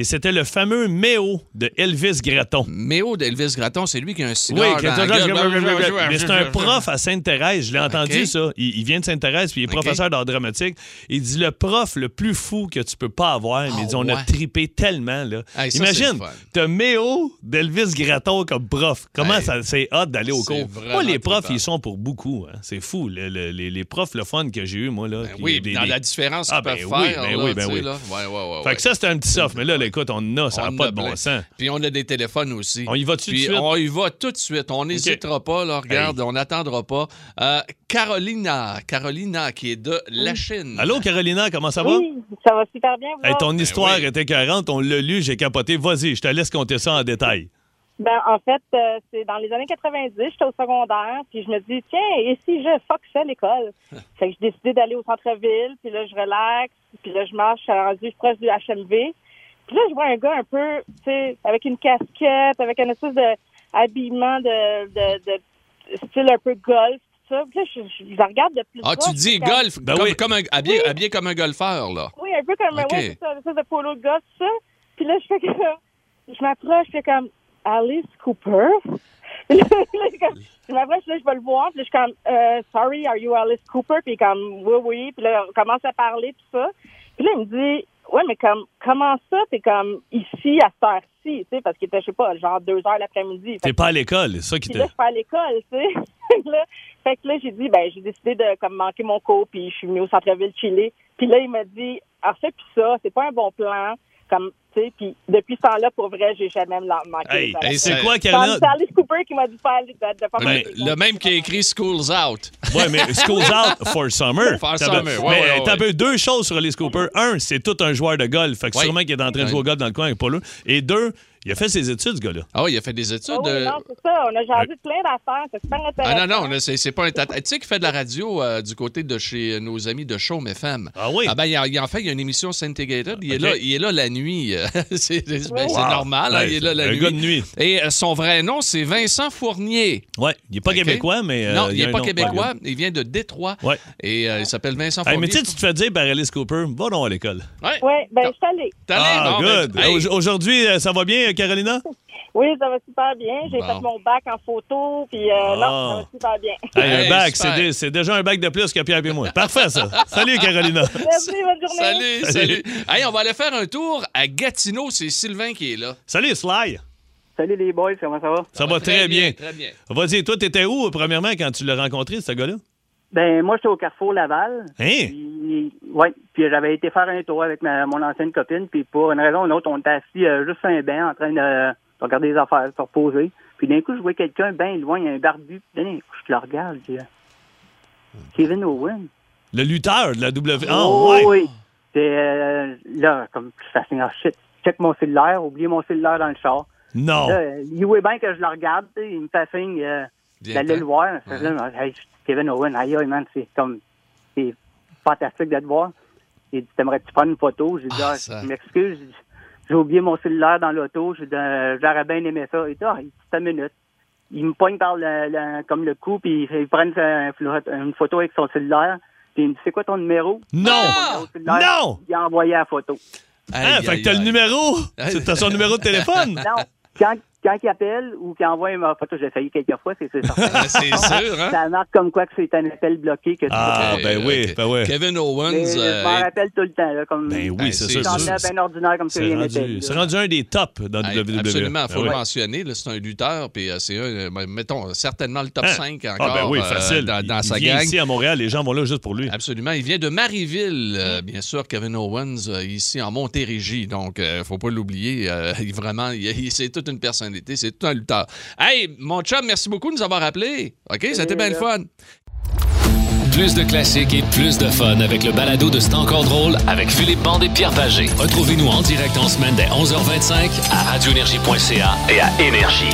Speaker 3: et c'était le fameux Méo de Elvis Gratton.
Speaker 2: Méo d'Elvis Gratton, c'est lui qui a un
Speaker 3: Oui,
Speaker 2: cigare dans la gueule. Ben
Speaker 3: mais c'est un prof à Sainte-Thérèse. Je l'ai entendu,
Speaker 2: OK.
Speaker 3: ça. Il, il vient de Sainte-Thérèse, puis il est
Speaker 2: OK.
Speaker 3: professeur d'art dramatique. Il dit le prof le plus fou que tu peux pas avoir. Mais il dit, on a
Speaker 2: Ah, ouais.
Speaker 3: tripé tellement. Là.
Speaker 2: Hey, ça, c'est
Speaker 3: Imagine,
Speaker 2: le fun.
Speaker 3: t'as Méo d'Elvis Gratton comme prof. Comment
Speaker 2: Hey,
Speaker 3: ça, c'est hot d'aller au
Speaker 2: c'est
Speaker 3: cours?
Speaker 2: vraiment
Speaker 3: Moi, les profs,
Speaker 2: trippant.
Speaker 3: ils sont pour beaucoup. hein. C'est fou. le- le- les, les profs, le fun que j'ai eu, moi. Là,
Speaker 2: Ben
Speaker 3: qui-
Speaker 2: Oui,
Speaker 3: des-
Speaker 2: dans
Speaker 3: des-
Speaker 2: la différence
Speaker 3: Ah,
Speaker 2: qu'ils
Speaker 3: ben
Speaker 2: peuvent
Speaker 3: oui,
Speaker 2: faire.
Speaker 3: ben
Speaker 2: là,
Speaker 3: oui, ben
Speaker 2: tu sais,
Speaker 3: oui.
Speaker 2: là. Ouais, ouais, ouais,
Speaker 3: Fait
Speaker 2: ouais.
Speaker 3: que ça, c'était un petit soft. Mais là, là, écoute, on en a. Ça n'a
Speaker 2: On
Speaker 3: pas
Speaker 2: a
Speaker 3: de bon
Speaker 2: plein.
Speaker 3: sens.
Speaker 2: Puis on a des téléphones aussi.
Speaker 3: On y va tout de
Speaker 2: Puis
Speaker 3: suite?
Speaker 2: On y va tout de suite. On n'hésitera pas, là, regarde, on n'attendra pas. Euh, Carolina, Carolina, qui est de la Chine.
Speaker 3: Allô, Carolina, comment ça va?
Speaker 5: Oui, ça va super bien. vous
Speaker 3: Hey,
Speaker 5: autres?
Speaker 3: ton histoire
Speaker 2: Ben oui.
Speaker 3: était 40, on l'a lu, j'ai capoté. Vas-y, je te laisse compter ça en détail.
Speaker 5: Ben, en fait, euh, c'est dans les années 90, j'étais au secondaire, puis je me dis, tiens, et si je foxais l'école? fait que j'ai décidé d'aller au centre-ville, puis là, je relaxe, puis là, je marche, je suis rendue proche du HMV. Puis là, je vois un gars un peu, tu sais, avec une casquette, avec un espèce de habillement de, de, de style un peu golf, tout ça. Puis là, je, je- je le regarde de plus
Speaker 2: Ah,
Speaker 5: proche,
Speaker 2: tu dis
Speaker 5: puis quand-
Speaker 2: golf,
Speaker 3: Ben
Speaker 2: comme,
Speaker 3: oui.
Speaker 2: comme un, habillé, habillé comme un golfeur, là.
Speaker 5: oui, un peu comme un
Speaker 2: Ok.
Speaker 5: ouais, c'est ça, une espèce de polo de gosse, ça. Puis là, je fais que je m'approche, je fais comme Alice Cooper. Puis là, je suis comme- je m'approche, là, je vais le voir. Puis là, je suis comme euh, Sorry, are you Alice Cooper? Puis il est comme Oui, oui. Puis là, on commence à parler, tout ça. Puis là, il me dit Ouais, mais comme comment ça? T'es comme ici à cette heure-ci, tu sais, parce qu'il était, je sais pas, genre deux heures l'après-midi. Fait
Speaker 3: T'es pas à l'école, c'est ça qui te.
Speaker 5: puis là, je suis à l'école, tu sais. Fait que là- fait que là, j'ai dit, ben, j'ai décidé de comme manquer mon cours, puis je suis venue au centre-ville chiller. Puis là, il m'a dit, en fait, puis ça, c'est pas un bon plan. Comme, tu sais, puis depuis ce temps-là, pour vrai, j'ai jamais la- manqué.
Speaker 3: Hey,
Speaker 5: ça.
Speaker 3: hey, c'est
Speaker 2: ça-
Speaker 3: quoi,
Speaker 5: C'est
Speaker 3: Carolina?
Speaker 5: Alice Cooper qui m'a dit de faire- de, de faire
Speaker 3: Ben,
Speaker 5: mon-
Speaker 2: Le même qui a écrit Schools Out.
Speaker 3: Ouais, mais School's out for summer.
Speaker 2: For
Speaker 3: T'as
Speaker 2: summer,
Speaker 3: peu-
Speaker 2: ouais,
Speaker 3: mais
Speaker 2: ouais, ouais,
Speaker 3: t'as
Speaker 2: ouais.
Speaker 3: peu deux choses sur les Cooper. Un, c'est tout un joueur de golf. Fait que
Speaker 2: Ouais.
Speaker 3: sûrement qu'il est en train de jouer au golf dans le coin avec Paul. Et deux, il a fait ses études, ce gars-là.
Speaker 2: Ah, oui, il a fait des études.
Speaker 5: Ah oui,
Speaker 2: euh,
Speaker 5: non, ben c'est ça. On a jasé plein d'affaires. C'est super intéressant.
Speaker 2: Ah non, non, là, c'est c'est pas un tata. Tu sais qu'il fait de la radio euh, du côté de chez nos amis de Chaume FM.
Speaker 3: Ah oui?
Speaker 2: Ah ben, il y a- il y a- en fait, il y a une émission Saint-Gated. Il, est
Speaker 3: Ok.
Speaker 2: là- il est là la nuit. c'est ben, c'est
Speaker 5: Wow.
Speaker 2: normal, hein,
Speaker 3: Ouais,
Speaker 2: il est là la
Speaker 3: un
Speaker 2: nuit.
Speaker 3: gars de nuit.
Speaker 2: Et euh, son vrai nom, c'est Vincent Fournier.
Speaker 3: Ouais, il est pas
Speaker 2: Ok.
Speaker 3: québécois, mais. euh,
Speaker 2: non, il
Speaker 3: y a
Speaker 2: n'est
Speaker 3: un
Speaker 2: pas
Speaker 3: nom,
Speaker 2: québécois. Il vient de Détroit.
Speaker 3: Ouais.
Speaker 2: Et euh, il s'appelle Vincent
Speaker 3: Hey,
Speaker 2: Fournier.
Speaker 3: mais tu sais, tu te fais dire par Alice Cooper, va donc à l'école.
Speaker 2: Ouais.
Speaker 5: Oui, ben, je suis allée.
Speaker 2: T'as l'air,
Speaker 3: Ah,
Speaker 2: bon, ben,
Speaker 3: good.
Speaker 2: hey,
Speaker 3: Au- Aujourd'hui, euh, ça va bien, euh, Carolina?
Speaker 5: Oui, ça va super bien. J'ai
Speaker 2: Bon.
Speaker 5: fait mon bac en photo, puis euh, non, ça
Speaker 3: Ah.
Speaker 5: va super bien.
Speaker 3: Hey, un
Speaker 2: Hey,
Speaker 3: bac, c'est
Speaker 2: super.
Speaker 3: dé- c'est déjà un bac de plus que Pierre et moi. Parfait, ça. Salut, Carolina.
Speaker 5: Merci, bonne journée.
Speaker 2: Salut,
Speaker 3: Salut.
Speaker 2: salut. Hey, on va aller faire un tour à Gatineau. C'est Sylvain qui est là. Ah,
Speaker 3: Salut, Sly.
Speaker 7: Salut les boys, comment ça va?
Speaker 3: Ça va très bien.
Speaker 2: Très bien.
Speaker 3: Vas-y, toi, t'étais où, premièrement, quand tu l'as rencontré, ce gars-là?
Speaker 7: Ben moi j'étais au Carrefour Laval.
Speaker 3: Hein?
Speaker 7: Puis, ouais, puis j'avais été faire un tour avec ma- mon ancienne copine, puis pour une raison ou une autre, on était assis euh, juste sur un banc en train de, euh, de regarder les affaires, se reposer. Puis d'un coup, je vois quelqu'un bien loin, il y a un barbu. Puis, d'un coup, je le regarde, je dis, euh, Kevin Owen.
Speaker 3: Le lutteur de la W. Ah,
Speaker 7: Oh,
Speaker 3: ouais.
Speaker 7: oui. Puis, euh, là, comme je suis assis, Ah, shit, check mon cellulaire, oublier mon cellulaire dans le char.
Speaker 3: Non.
Speaker 7: Là, euh, il voulait bien que je le regarde, tu sais, il me fait signe euh,
Speaker 2: Viens
Speaker 7: d'aller
Speaker 2: t'en.
Speaker 7: le voir. Fait que là, hey, Kevin Owen, aïe, aïe, man, c'est comme, c'est fantastique de te voir. Il dit, t'aimerais-tu prendre une photo? J'ai dit,
Speaker 2: Ah,
Speaker 7: ah,
Speaker 2: ça.
Speaker 7: je m'excuse, j'ai oublié mon cellulaire dans l'auto, J'ai dit, euh, j'aurais bien aimé ça. Et ah, il dit, ta minute. Il me poigne par le, le- comme le cou, puis il, il prend une, une photo avec son cellulaire, puis il me dit, c'est quoi ton numéro?
Speaker 3: Non!
Speaker 2: Ah,
Speaker 7: Son cellulaire,
Speaker 3: Non!
Speaker 7: Il a envoyé la photo.
Speaker 3: Hein,
Speaker 2: Aïe,
Speaker 3: fait
Speaker 2: aïe,
Speaker 3: que t'as le
Speaker 2: aïe.
Speaker 3: numéro.
Speaker 2: Aïe.
Speaker 3: T'as son numéro de téléphone.
Speaker 7: Non, quand quand il appelle ou qu'il envoie un photo, j'ai failli quelques fois, c'est c'est certain.
Speaker 2: Ben, c'est sûr, hein?
Speaker 7: Ça marque comme quoi que c'est un appel bloqué. Que tu
Speaker 3: Ah,
Speaker 2: Ok,
Speaker 3: ben oui,
Speaker 2: ok.
Speaker 3: ben oui.
Speaker 2: Kevin
Speaker 7: Mais
Speaker 2: Owens.
Speaker 7: je
Speaker 2: euh,
Speaker 7: m'en rappelle tout le temps. Là, comme
Speaker 3: Ben oui,
Speaker 2: Ben,
Speaker 3: c'est
Speaker 2: c'est
Speaker 3: sûr.
Speaker 2: sûr.
Speaker 7: J'en
Speaker 3: c'est-
Speaker 7: ai bien ordinaire comme ça,
Speaker 3: C'est
Speaker 7: rien
Speaker 3: rendu,
Speaker 7: n'était.
Speaker 3: c'est rendu un des tops dans
Speaker 2: hey,
Speaker 3: WWE.
Speaker 2: absolument, il faut
Speaker 3: Ben
Speaker 2: le
Speaker 3: oui.
Speaker 2: mentionner. là, C'est un lutteur, puis euh, c'est un, euh, ben, mettons, certainement le top
Speaker 3: Hein?
Speaker 2: 5 encore
Speaker 3: Ah, ben oui,
Speaker 2: euh,
Speaker 3: facile.
Speaker 2: dans, dans
Speaker 3: Il
Speaker 2: sa
Speaker 3: vient
Speaker 2: gang.
Speaker 3: ici à Montréal, les gens vont là juste pour lui.
Speaker 2: Absolument. Il vient de Marieville, euh, bien sûr, Kevin Owens, euh, ici en Montérégie. Donc, euh, faut pas l'oublier. euh, il- vraiment, il- il- c'est toute une personnalité, c'est tout un lutteur. Hey, mon chum, merci beaucoup de nous avoir appelés. OK, c'était bien le fun.
Speaker 1: Plus de classiques et plus de fun avec le balado de C'est encore drôle avec Philippe Bande et Pierre Pagé. Retrouvez-nous en direct en semaine dès 11h25 à radioénergie.ca et à Énergie.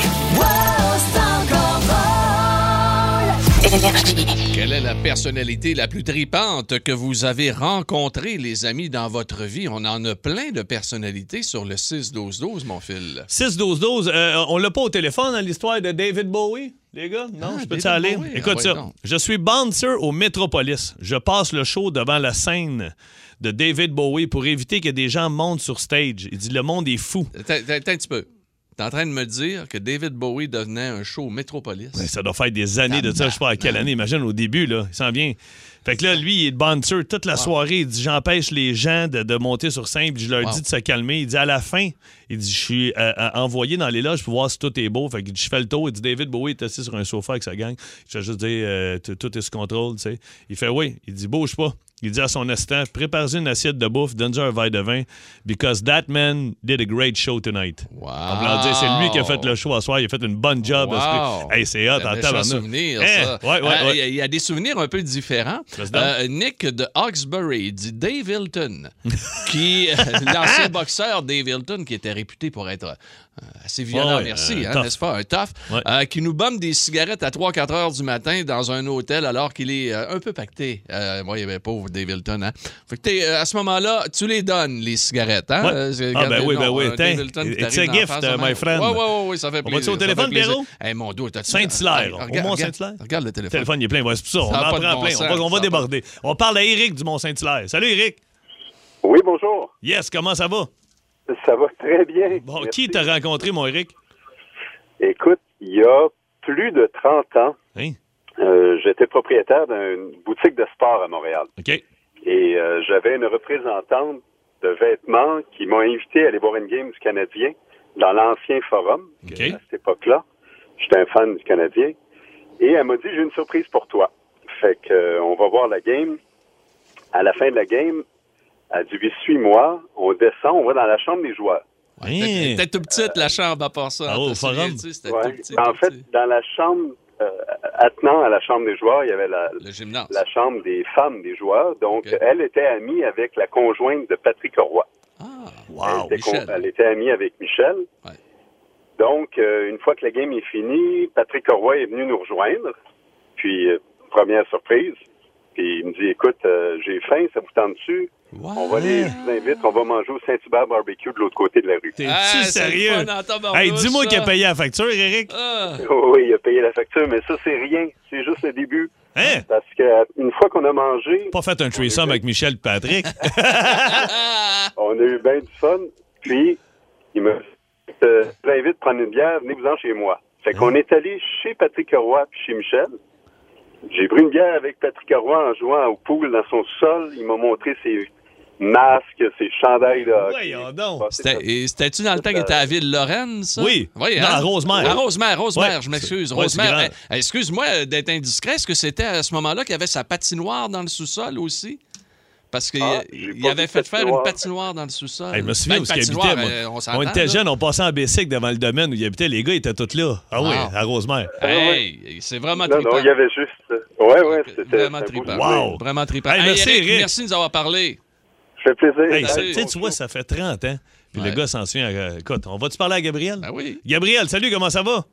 Speaker 2: Quelle est la personnalité la plus tripante que vous avez rencontrée, les amis, dans votre vie? On en a plein de personnalités sur le 6-12-12, mon fil.
Speaker 3: 6-12-12, euh, on l'a pas au téléphone, hein, l'histoire de David Bowie, les gars? Non,
Speaker 2: Ah,
Speaker 3: je peux
Speaker 2: David
Speaker 3: t'y aller?
Speaker 2: Bowie, ah
Speaker 3: Écoute
Speaker 2: ouais,
Speaker 3: ça.
Speaker 2: donc.
Speaker 3: Je suis bouncer au Metropolis. Je passe le show devant la scène de David Bowie pour éviter que des gens montent sur stage. Il dit le monde est fou.
Speaker 2: Attends, attends, attends un petit peu. T'es en train de me dire que David Bowie devenait un show métropolis.
Speaker 3: Ben, ça doit faire des années de ça. Je sais pas à quelle année. Imagine au début, là. Il s'en vient. Fait que là, lui, il est de bouncer toute la soirée. Il dit J'empêche les gens de, de monter sur scène. Puis je leur
Speaker 2: Wow.
Speaker 3: dis de se calmer. Il dit À la fin, il dit Je suis euh, euh, envoyé dans les loges pour voir si tout est beau. Fait que je fais le tour. Il dit David Bowie est assis sur un sofa avec sa gang. Je vais juste dire euh, Tout tout est sous contrôle. tu sais. Il fait Oui. Il dit Bouge pas. Il dit à son assistant Prépare-y une assiette de bouffe, donne-lui un verre de vin. Because that man did a great show tonight.
Speaker 2: Wow.
Speaker 3: En voulant dire, C'est lui qui a fait le show à soir. Il a fait une bonne job.
Speaker 2: Wow.
Speaker 3: Hey, Ah, ben, c'est hot,
Speaker 2: C'est un
Speaker 3: en
Speaker 2: méchant
Speaker 3: tabarnak.
Speaker 2: souvenir,
Speaker 3: Hein?
Speaker 2: ça.
Speaker 3: Ouais, ouais,
Speaker 2: Ah,
Speaker 3: ouais.
Speaker 2: Il y a- il y, a des souvenirs un peu différents.
Speaker 3: Vas-y donc.
Speaker 2: Euh, Nick de Hawkesbury dit Dave Hilton, qui, l'ancien boxeur Dave Hilton, qui était réputé pour être euh, assez violent,
Speaker 3: Ouais,
Speaker 2: merci,
Speaker 3: euh,
Speaker 2: hein,
Speaker 3: tough.
Speaker 2: n'est-ce pas, un tough,
Speaker 3: Ouais.
Speaker 2: euh, qui nous bombe des cigarettes à 3-4 heures du matin dans un hôtel alors qu'il est euh, un peu pacté. Euh, moi, il y avait pauvre Dave Hilton. Hein. Fait que t'es, euh, à ce moment-là, tu les donnes, les cigarettes. Hein?
Speaker 3: Ouais.
Speaker 2: Euh, c'est-
Speaker 3: Ah, ben
Speaker 2: regardez,
Speaker 3: oui, ben
Speaker 2: non,
Speaker 3: oui,
Speaker 2: euh,
Speaker 3: tiens,
Speaker 2: Dave Hilton,
Speaker 3: it's
Speaker 2: t'arrives
Speaker 3: a
Speaker 2: d'en
Speaker 3: gift,
Speaker 2: face de
Speaker 3: euh,
Speaker 2: même.
Speaker 3: my friend.
Speaker 2: Ouais, ouais, ouais, ouais, Oh ça fait
Speaker 3: On
Speaker 2: plaisir.
Speaker 3: va-tu au
Speaker 2: ça fait
Speaker 3: téléphone,
Speaker 2: plaisir.
Speaker 3: Pierrot?
Speaker 2: Hey, mon dos, t'as-tu-
Speaker 3: Saint-Hilaire,
Speaker 2: Hey,
Speaker 3: au
Speaker 2: regarde-
Speaker 3: Mont-Saint-Hilaire?
Speaker 2: regarde- Regarde le
Speaker 3: Le
Speaker 2: téléphone.
Speaker 3: téléphone, il est plein. Ouais, c'est pour ça. On
Speaker 2: Ça a
Speaker 3: en
Speaker 2: pas
Speaker 3: prend
Speaker 2: de bon
Speaker 3: plein.
Speaker 2: sens,
Speaker 3: on va, on va
Speaker 2: ça a pas de-
Speaker 3: déborder. On parle à Eric du Mont-Saint-Hilaire. Salut, Eric.
Speaker 8: Oui, bonjour.
Speaker 3: Yes, comment ça va?
Speaker 8: Ça va très bien.
Speaker 3: Bon,
Speaker 8: Merci.
Speaker 3: qui t'a rencontré, mon Eric?
Speaker 8: Écoute, il y a plus de 30 ans,
Speaker 3: Hein?
Speaker 8: euh, j'étais propriétaire d'une boutique de sport à Montréal.
Speaker 3: OK.
Speaker 8: Et euh, j'avais une représentante de vêtements qui m'a invité à aller voir une game du Canadien dans l'ancien forum.
Speaker 3: OK.
Speaker 8: À cette époque-là, j'étais un fan du Canadien. Et elle m'a dit, j'ai une surprise pour toi. Fait que, euh, on va voir la game. À la fin de la game, elle dit, suis-moi. On descend, on va dans la chambre des joueurs.
Speaker 3: Hein?
Speaker 2: T'es tout petite, la chambre, à part ça.
Speaker 3: Ah, au
Speaker 2: T'as souvenir,
Speaker 3: forum?
Speaker 2: tu sais, C'était
Speaker 8: Ouais. ben,
Speaker 2: tout petit.
Speaker 8: en
Speaker 2: tout
Speaker 8: fait,
Speaker 2: petit.
Speaker 8: dans la chambre, euh, attenant à la chambre des joueurs, il y avait la,
Speaker 2: le gymnase.
Speaker 8: la chambre des femmes des joueurs. Donc,
Speaker 2: Ok.
Speaker 8: elle était amie avec la conjointe de Patrick Roy.
Speaker 2: Ah,
Speaker 3: Wow.
Speaker 8: elle, était
Speaker 2: Michel.
Speaker 8: elle était amie avec Michel.
Speaker 2: Ouais.
Speaker 8: Donc, euh, une fois que la game est finie, Patrick Roy est venu nous rejoindre. Puis, euh, première surprise. Puis, il me dit, écoute, euh, j'ai faim, ça vous tente dessus? On va aller, je vous invite, on va manger au Saint-Hubert Barbecue de l'autre côté de la rue.
Speaker 3: T'es-tu
Speaker 2: Ah, c'est
Speaker 3: sérieux?
Speaker 2: le fun en tabarnouche,
Speaker 3: Hey, dis-moi
Speaker 2: ça.
Speaker 3: qui a payé la facture, Eric.
Speaker 2: Ah,
Speaker 8: Oui, il a payé la facture, mais ça, c'est rien. C'est juste le début.
Speaker 3: Hein?
Speaker 8: Parce que une fois qu'on a mangé,
Speaker 3: Pas fait un threesome avec Michel et Patrick.
Speaker 8: on a eu bien du fun. Puis, il me dit, euh, je vous invite à prendre une bière, venez-vous-en chez moi. Fait
Speaker 3: Hein?
Speaker 8: qu'on est allé chez Patrick Roy puis chez Michel. J'ai pris une bière avec Patrick Roy en jouant au pool dans son sol. Il m'a montré ses masques, ses chandails. Ah, Là,
Speaker 3: Voyons donc.
Speaker 2: c'était- et C'était-tu dans le temps que t'étais à la Ville-Lorraine, ça?
Speaker 3: Oui.
Speaker 2: Oui,
Speaker 3: Non, à Rosemère.
Speaker 2: À Rosemère, Rosemère,
Speaker 3: Ouais.
Speaker 2: je m'excuse.
Speaker 3: Ouais, c'est
Speaker 2: Rosemère,
Speaker 3: grand.
Speaker 2: eh, excuse-moi d'être indiscret. Est-ce que c'était à ce moment-là qu'il y avait sa patinoire dans le sous-sol aussi? Parce qu'il
Speaker 8: Ah, j'ai
Speaker 2: il
Speaker 8: pas
Speaker 2: avait
Speaker 8: vu
Speaker 2: fait
Speaker 8: cette
Speaker 2: faire une
Speaker 8: patinoire.
Speaker 2: patinoire dans le sous-sol.
Speaker 3: Hey, je me souviens
Speaker 2: Ben,
Speaker 3: où
Speaker 2: une
Speaker 3: ce qu'il
Speaker 2: patinoire,
Speaker 3: habitait. moi.
Speaker 2: euh, On
Speaker 3: on
Speaker 2: s'entend,
Speaker 3: était
Speaker 2: là.
Speaker 3: jeunes, on passait en bicycle devant le domaine où il habitait. Les gars étaient tous là. Ah oui,
Speaker 2: Wow.
Speaker 3: à Rosemère.
Speaker 2: Hey, c'est vraiment
Speaker 8: Non, non,
Speaker 2: trippant.
Speaker 8: il y avait juste. euh, Ouais, ouais, c'était.
Speaker 2: Vraiment
Speaker 8: c'était beau.
Speaker 2: trippant.
Speaker 3: Wow.
Speaker 2: Vraiment trippant.
Speaker 3: Hey, merci, Eric.
Speaker 2: Merci de nous avoir parlé.
Speaker 8: Ça fait plaisir.
Speaker 3: Hey, ça-
Speaker 2: Salut.
Speaker 3: tu sais, tu vois, ça fait 30 ans. Puis
Speaker 2: Ouais.
Speaker 3: le gars s'en souvient. euh, écoute, on va-tu parler à Gabriel?
Speaker 2: Ben oui.
Speaker 3: Gabriel, salut, comment ça va?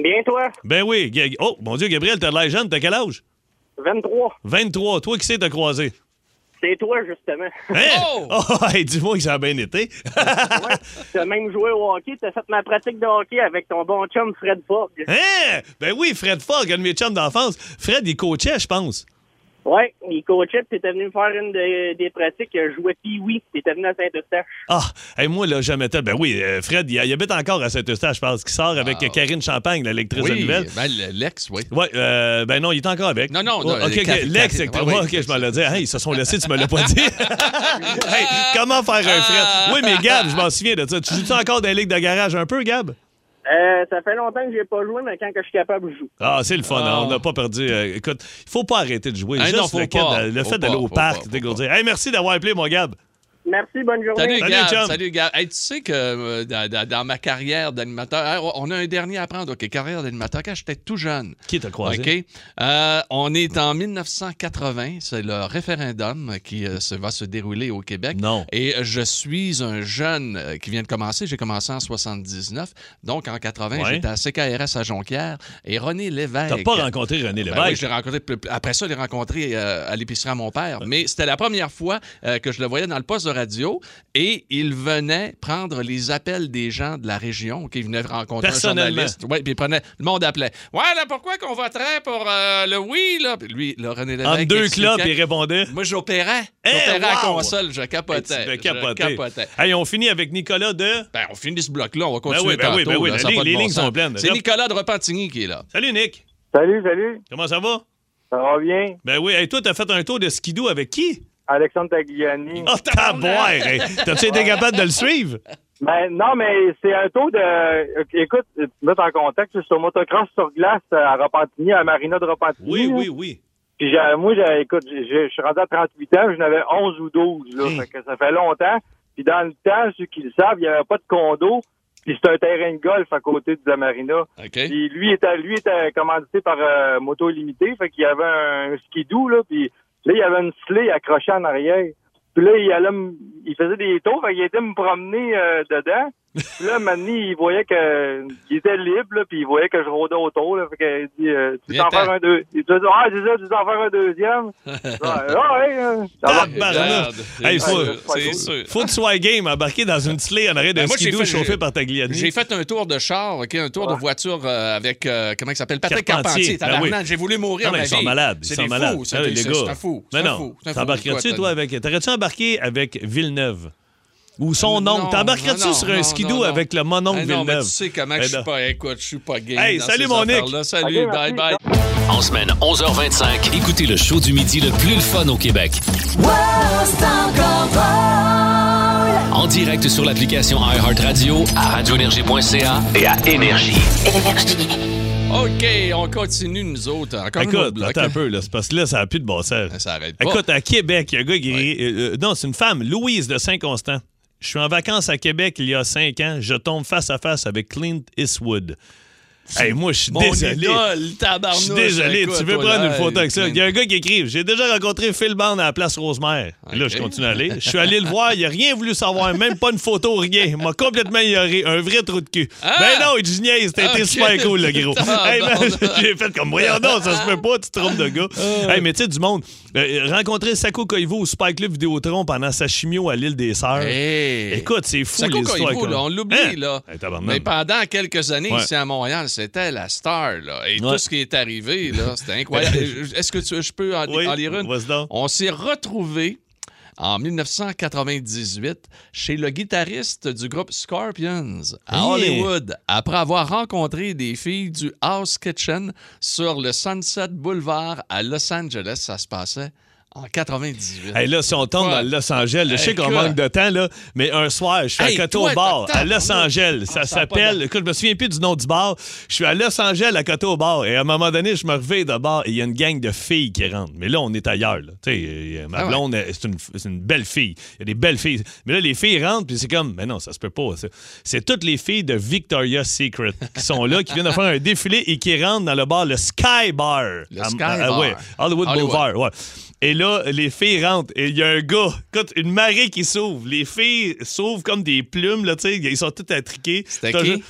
Speaker 7: Bien, toi,
Speaker 3: Ben oui. Ga- Oh, mon Dieu, Gabriel, t'as de l'air jeune. T'as quel âge?
Speaker 7: 23.
Speaker 3: 23. Toi, qui sais t'as croisé?
Speaker 7: C'est toi, justement.
Speaker 3: Hein?
Speaker 2: Oh!
Speaker 3: hey, dis-moi que ça a bien été.
Speaker 7: Tu as même joué au hockey. Tu as fait ma pratique de hockey avec ton bon chum Fred Fogg.
Speaker 3: hein? Ben oui, Fred Fogg, un de mes chums d'enfance. Fred, il coachait, je pense.
Speaker 5: Oui, il coachait, puis t'es venu me faire une de- des pratiques. Je jouais Pee-Wee, puis t'es venu à Saint-Eustache.
Speaker 3: Ah, hey, moi, là, jamais tel. Ben oui, euh, Fred, il, il habite encore à Saint-Eustache, je pense, qui sort avec
Speaker 2: Ah.
Speaker 3: euh, Karine Champagne, la lectrice de
Speaker 2: Oui,
Speaker 3: nouvelles.
Speaker 2: ben, le- l'ex, oui.
Speaker 3: Ouais, euh, ben non, il est encore avec.
Speaker 2: Non, non, non,
Speaker 3: Oh, ok,
Speaker 2: euh,
Speaker 3: ok,
Speaker 2: Karine-
Speaker 3: Lex,
Speaker 2: Karine-
Speaker 3: c'est-
Speaker 2: ouais,
Speaker 3: ouais,
Speaker 2: oui.
Speaker 3: ok, je me l'ai dit. Hey, ils se sont laissés, tu me l'as pas dit. hey, comment faire un
Speaker 2: Ah.
Speaker 3: Fred? Oui, mais Gab, je m'en souviens de ça. Tu joues-tu encore dans les ligues de garage un peu, Gab?
Speaker 5: Euh, ça fait longtemps que j'ai pas joué, mais quand que je suis capable, je joue.
Speaker 3: Ah, c'est le fun. hein,
Speaker 2: Ah.
Speaker 3: On n'a pas perdu. euh, écoute, il faut pas arrêter de jouer.
Speaker 2: Hey,
Speaker 3: Juste
Speaker 2: Ah, non, faut
Speaker 3: le, fait
Speaker 2: pas.
Speaker 3: d'a- le
Speaker 2: Faut
Speaker 3: fait d'aller
Speaker 2: pas,
Speaker 3: au
Speaker 2: faut
Speaker 3: parc,
Speaker 2: pas,
Speaker 3: tu
Speaker 2: faut
Speaker 3: sais, qu'on
Speaker 2: pas.
Speaker 3: dit, Hey, merci d'avoir appelé, mon Gab.
Speaker 5: Merci, bonne journée.
Speaker 2: Salut,
Speaker 3: Salut,
Speaker 2: Gab.
Speaker 3: chum.
Speaker 2: Salut, Gab. Hey, tu sais que euh, dans, dans- dans ma carrière d'animateur, hein, on a un dernier à prendre, OK, carrière d'animateur, quand j'étais tout jeune.
Speaker 3: Qui t'a croisé?
Speaker 2: OK. Euh, on est en 1980. C'est le référendum qui euh, se, va se dérouler au Québec.
Speaker 3: Non.
Speaker 2: Et euh, je suis un jeune euh, qui vient de commencer. J'ai commencé en 79. Donc, en 80,
Speaker 3: Ouais.
Speaker 2: j'étais à CKRS à Jonquière. Et René Lévesque...
Speaker 3: T'as pas rencontré René
Speaker 2: Ben
Speaker 3: Lévesque.
Speaker 2: oui, je l'ai rencontré. plus- plus- Après ça, je l'ai rencontré euh, à l'épicerie à mon père. Mais c'était la première fois euh, que je le voyais dans le poste de radio et il venait prendre les appels des gens de la région qui venaient rencontrer un
Speaker 3: Personnellement.
Speaker 2: journaliste. Oui, puis il prenait. Le monde appelait. Ouais, là, pourquoi qu'on voterait pour euh, le oui, là? Puis lui, le René Lévesque.
Speaker 3: Entre deux
Speaker 2: expliquait.
Speaker 3: clubs, il répondait.
Speaker 2: Moi, j'opérais.
Speaker 3: Eh,
Speaker 2: J'opérais à la
Speaker 3: wow!
Speaker 2: console, je
Speaker 3: Hey,
Speaker 2: capotais.
Speaker 3: tu devais
Speaker 2: Je
Speaker 3: capoter.
Speaker 2: capotais.
Speaker 3: Hey, on finit avec Nicolas de.
Speaker 2: Ben, on finit ce bloc-là, on va continuer
Speaker 3: oui, ben
Speaker 2: tantôt,
Speaker 3: oui, ben oui,
Speaker 2: là,
Speaker 3: la
Speaker 2: ça a
Speaker 3: ligne-
Speaker 2: pas de
Speaker 3: les
Speaker 2: bon
Speaker 3: lignes
Speaker 2: sens.
Speaker 3: sont pleines.
Speaker 2: C'est Nicolas de Repentigny qui est là.
Speaker 3: Salut, Nick.
Speaker 7: Salut, salut.
Speaker 3: Comment ça va?
Speaker 7: Ça va bien?
Speaker 3: Ben oui, hey, toi, t'as fait un tour de skidoo avec qui?
Speaker 7: Alexandre Tagliani.
Speaker 3: Oh, taboire! hey. T'as-tu été capable de le suivre?
Speaker 7: Ben, non, mais c'est un taux de. euh, Écoute, euh, mettre en contexte, je suis au motocross sur glace euh, à Repentigny, à Marina de Repentigny.
Speaker 3: Oui,
Speaker 7: là.
Speaker 3: oui, oui.
Speaker 7: Puis j'ai- moi, j'ai- écoute, j'ai- j'ai- je suis rendu à 38 ans, j'en avais 11 ou 12, là.
Speaker 3: Hey.
Speaker 7: Fait que ça fait longtemps. Puis dans le temps, ceux qui le savent, il n'y avait pas de condo. Puis c'est un terrain de golf à côté de la Marina.
Speaker 2: OK?
Speaker 7: Puis lui était, lui était commandité par euh, Moto Limité, fait qu'il y avait un skidoo, là, puis là, il y avait une slé accrochée en arrière. Puis là, il allait me- il faisait des tours, fait qu'il était me promener euh, dedans. Puis là, maintenant, il voyait que il était libre, là, puis il voyait que je rôdais autour, là, fait qu'il dit euh, Tu veux
Speaker 2: Viens-t'en.
Speaker 7: t'en faire un deux. Il dit Ah, c'est ça, tu veux t'en faire un deuxième? Ouais, Ah, ouais, euh, ça va.
Speaker 3: Tabarnak! Hey,
Speaker 2: euh, c'est
Speaker 3: faut-
Speaker 2: sûr, c'est sûr.
Speaker 3: Faut que tu sois game, embarqué dans une sleigh en arrêt d'un
Speaker 2: Ben, moi, j'ai
Speaker 3: skidoo
Speaker 2: fait-
Speaker 3: chauffé par Tagliani.
Speaker 2: J'ai fait un tour de char, OK, un tour de voiture euh, avec, euh, comment il s'appelle? Patrick
Speaker 3: Carpentier.
Speaker 2: Carpentier.
Speaker 3: Ah. Ben
Speaker 2: tabarnak,
Speaker 3: oui.
Speaker 2: J'ai voulu mourir
Speaker 3: Non, mais
Speaker 2: ma
Speaker 3: ils sont
Speaker 2: vie.
Speaker 3: malades. Ils
Speaker 2: C'est
Speaker 3: sont
Speaker 2: des
Speaker 3: malades.
Speaker 2: fous,
Speaker 3: Ah,
Speaker 2: c'est
Speaker 3: les
Speaker 2: des-
Speaker 3: gars.
Speaker 2: c'est un fou.
Speaker 3: Mais
Speaker 2: c'est un
Speaker 3: non.
Speaker 2: fou, c'est un fou.
Speaker 3: T'embarquerais-tu,
Speaker 2: Écoute,
Speaker 3: toi, avec. T'aurais-tu embarqué avec Villeneuve? Ou son oncle?
Speaker 2: Non,
Speaker 3: T'embarquerais-tu
Speaker 2: non,
Speaker 3: sur un
Speaker 2: non,
Speaker 3: skidoo
Speaker 2: non,
Speaker 3: avec le mononcle
Speaker 2: Eh non, mais
Speaker 3: Villeneuve?
Speaker 2: tu sais comment
Speaker 3: Eh
Speaker 2: que je
Speaker 3: non.
Speaker 2: suis pas, écoute, je suis pas gay.
Speaker 3: Hey,
Speaker 2: dans
Speaker 3: salut,
Speaker 2: ces
Speaker 3: mon Nick.
Speaker 2: affaires-là. Salut,
Speaker 7: Ok,
Speaker 2: bye
Speaker 7: merci.
Speaker 2: bye.
Speaker 1: En semaine, 11h25, écoutez le show du midi le plus le fun au Québec. En direct sur l'application iHeartRadio, à radioénergie.ca et à Énergie.
Speaker 2: OK, on continue, nous autres. Encore un autre
Speaker 3: Écoute,
Speaker 2: bloc.
Speaker 3: attends un peu, là, c'est parce que là, ça n'a plus de bon sens.
Speaker 2: Ça arrête pas.
Speaker 3: Écoute, à Québec, il y a un gars qui. euh, euh, non, c'est une femme, Louise de Saint-Constant. Je suis en vacances à Québec il y a cinq ans. Je tombe face à face avec Clint Eastwood. Hey, moi, je suis
Speaker 2: hein. Mon
Speaker 3: désolé.
Speaker 2: idole,
Speaker 3: Je
Speaker 2: tabarnouche.
Speaker 3: suis désolé,
Speaker 2: écoute,
Speaker 3: tu veux
Speaker 2: toi,
Speaker 3: prendre
Speaker 2: là,
Speaker 3: une photo avec ça.
Speaker 2: Clint.
Speaker 3: Il y a un gars qui écrit J'ai déjà rencontré Phil Bond à la place Rosemère. Et Là,
Speaker 2: Ok.
Speaker 3: je continue à aller. Je suis allé le voir, il a rien voulu savoir, même pas une photo, rien. Il m'a complètement ignoré. Un vrai trou de cul.
Speaker 2: Ah!
Speaker 3: Ben non, il dit niaise, t'as été
Speaker 2: Ok.
Speaker 3: super cool, le gros.
Speaker 2: Ah,
Speaker 3: Hey,
Speaker 2: non,
Speaker 3: man,
Speaker 2: non.
Speaker 3: j'ai fait comme voyons donc, ça se peut pas, tu te trompes de gars.
Speaker 2: Ah.
Speaker 3: Hey, mais tu sais, du monde. Euh, rencontrer Sako Koivu au Spike Club Vidéotron pendant sa chimio à l'île des Sœurs.
Speaker 2: Hey.
Speaker 3: Écoute, c'est fou
Speaker 2: Sako
Speaker 3: l'histoire.
Speaker 2: Koivu,
Speaker 3: qu'on-
Speaker 2: là, on l'oublie,
Speaker 3: Hein?
Speaker 2: là.
Speaker 3: Hey, tabarnak.
Speaker 2: Mais pendant quelques années,
Speaker 3: Ouais.
Speaker 2: ici à Montréal, c'était la star, là. Et
Speaker 3: Ouais.
Speaker 2: tout ce qui est arrivé, là, c'était incroyable. Est-ce que tu- je peux en,
Speaker 3: Oui,
Speaker 2: en lire une?
Speaker 3: vas-y donc.
Speaker 2: On s'est retrouvés en 1998 chez le guitariste du groupe Scorpions à
Speaker 3: Hey.
Speaker 2: Hollywood, après avoir rencontré des filles du House Kitchen sur le Sunset Boulevard à Los Angeles. Ça se passait en 98.
Speaker 3: Hey, là, si on tombe
Speaker 2: Ouais.
Speaker 3: dans Los Angeles, là, je sais qu'on
Speaker 2: Écoute.
Speaker 3: manque de temps, là, mais un soir, je suis
Speaker 2: Hey,
Speaker 3: à Coteau
Speaker 2: toi,
Speaker 3: Bar,
Speaker 2: t'attends,
Speaker 3: à Los
Speaker 2: on a-
Speaker 3: Angeles.
Speaker 2: Ah,
Speaker 3: Ça
Speaker 2: ça a pas
Speaker 3: s'appelle,
Speaker 2: de-
Speaker 3: écoute, je me souviens plus du nom du bar. Je suis à Los Angeles, à Coteau Bar, et à un moment donné, je me réveille de bar et il y a une gang de filles qui rentrent. Mais là, on est ailleurs, là. Tu sais, euh,
Speaker 2: Ah
Speaker 3: ma
Speaker 2: ouais.
Speaker 3: blonde, elle, c'est une, c'est une belle fille. Il y a des belles filles. Mais là, les filles rentrent, puis c'est comme, mais non, ça se peut pas. ça. C'est toutes les filles de Victoria's Secret qui sont là, qui viennent de faire un défilé et qui rentrent dans le bar, le Sky Bar.
Speaker 2: Le
Speaker 3: Ah,
Speaker 2: Sky
Speaker 3: ah,
Speaker 2: Bar.
Speaker 3: ouais, Hollywood,
Speaker 2: Hollywood.
Speaker 3: Boulevard. Ah, Ouais. Et là, les filles rentrent et il y a un gars, écoute, une marée qui s'ouvre. Les filles s'ouvrent comme des plumes, là, tu sais, ils sont toutes attriquées.
Speaker 2: C'était
Speaker 3: T'as
Speaker 2: qui?
Speaker 3: ju-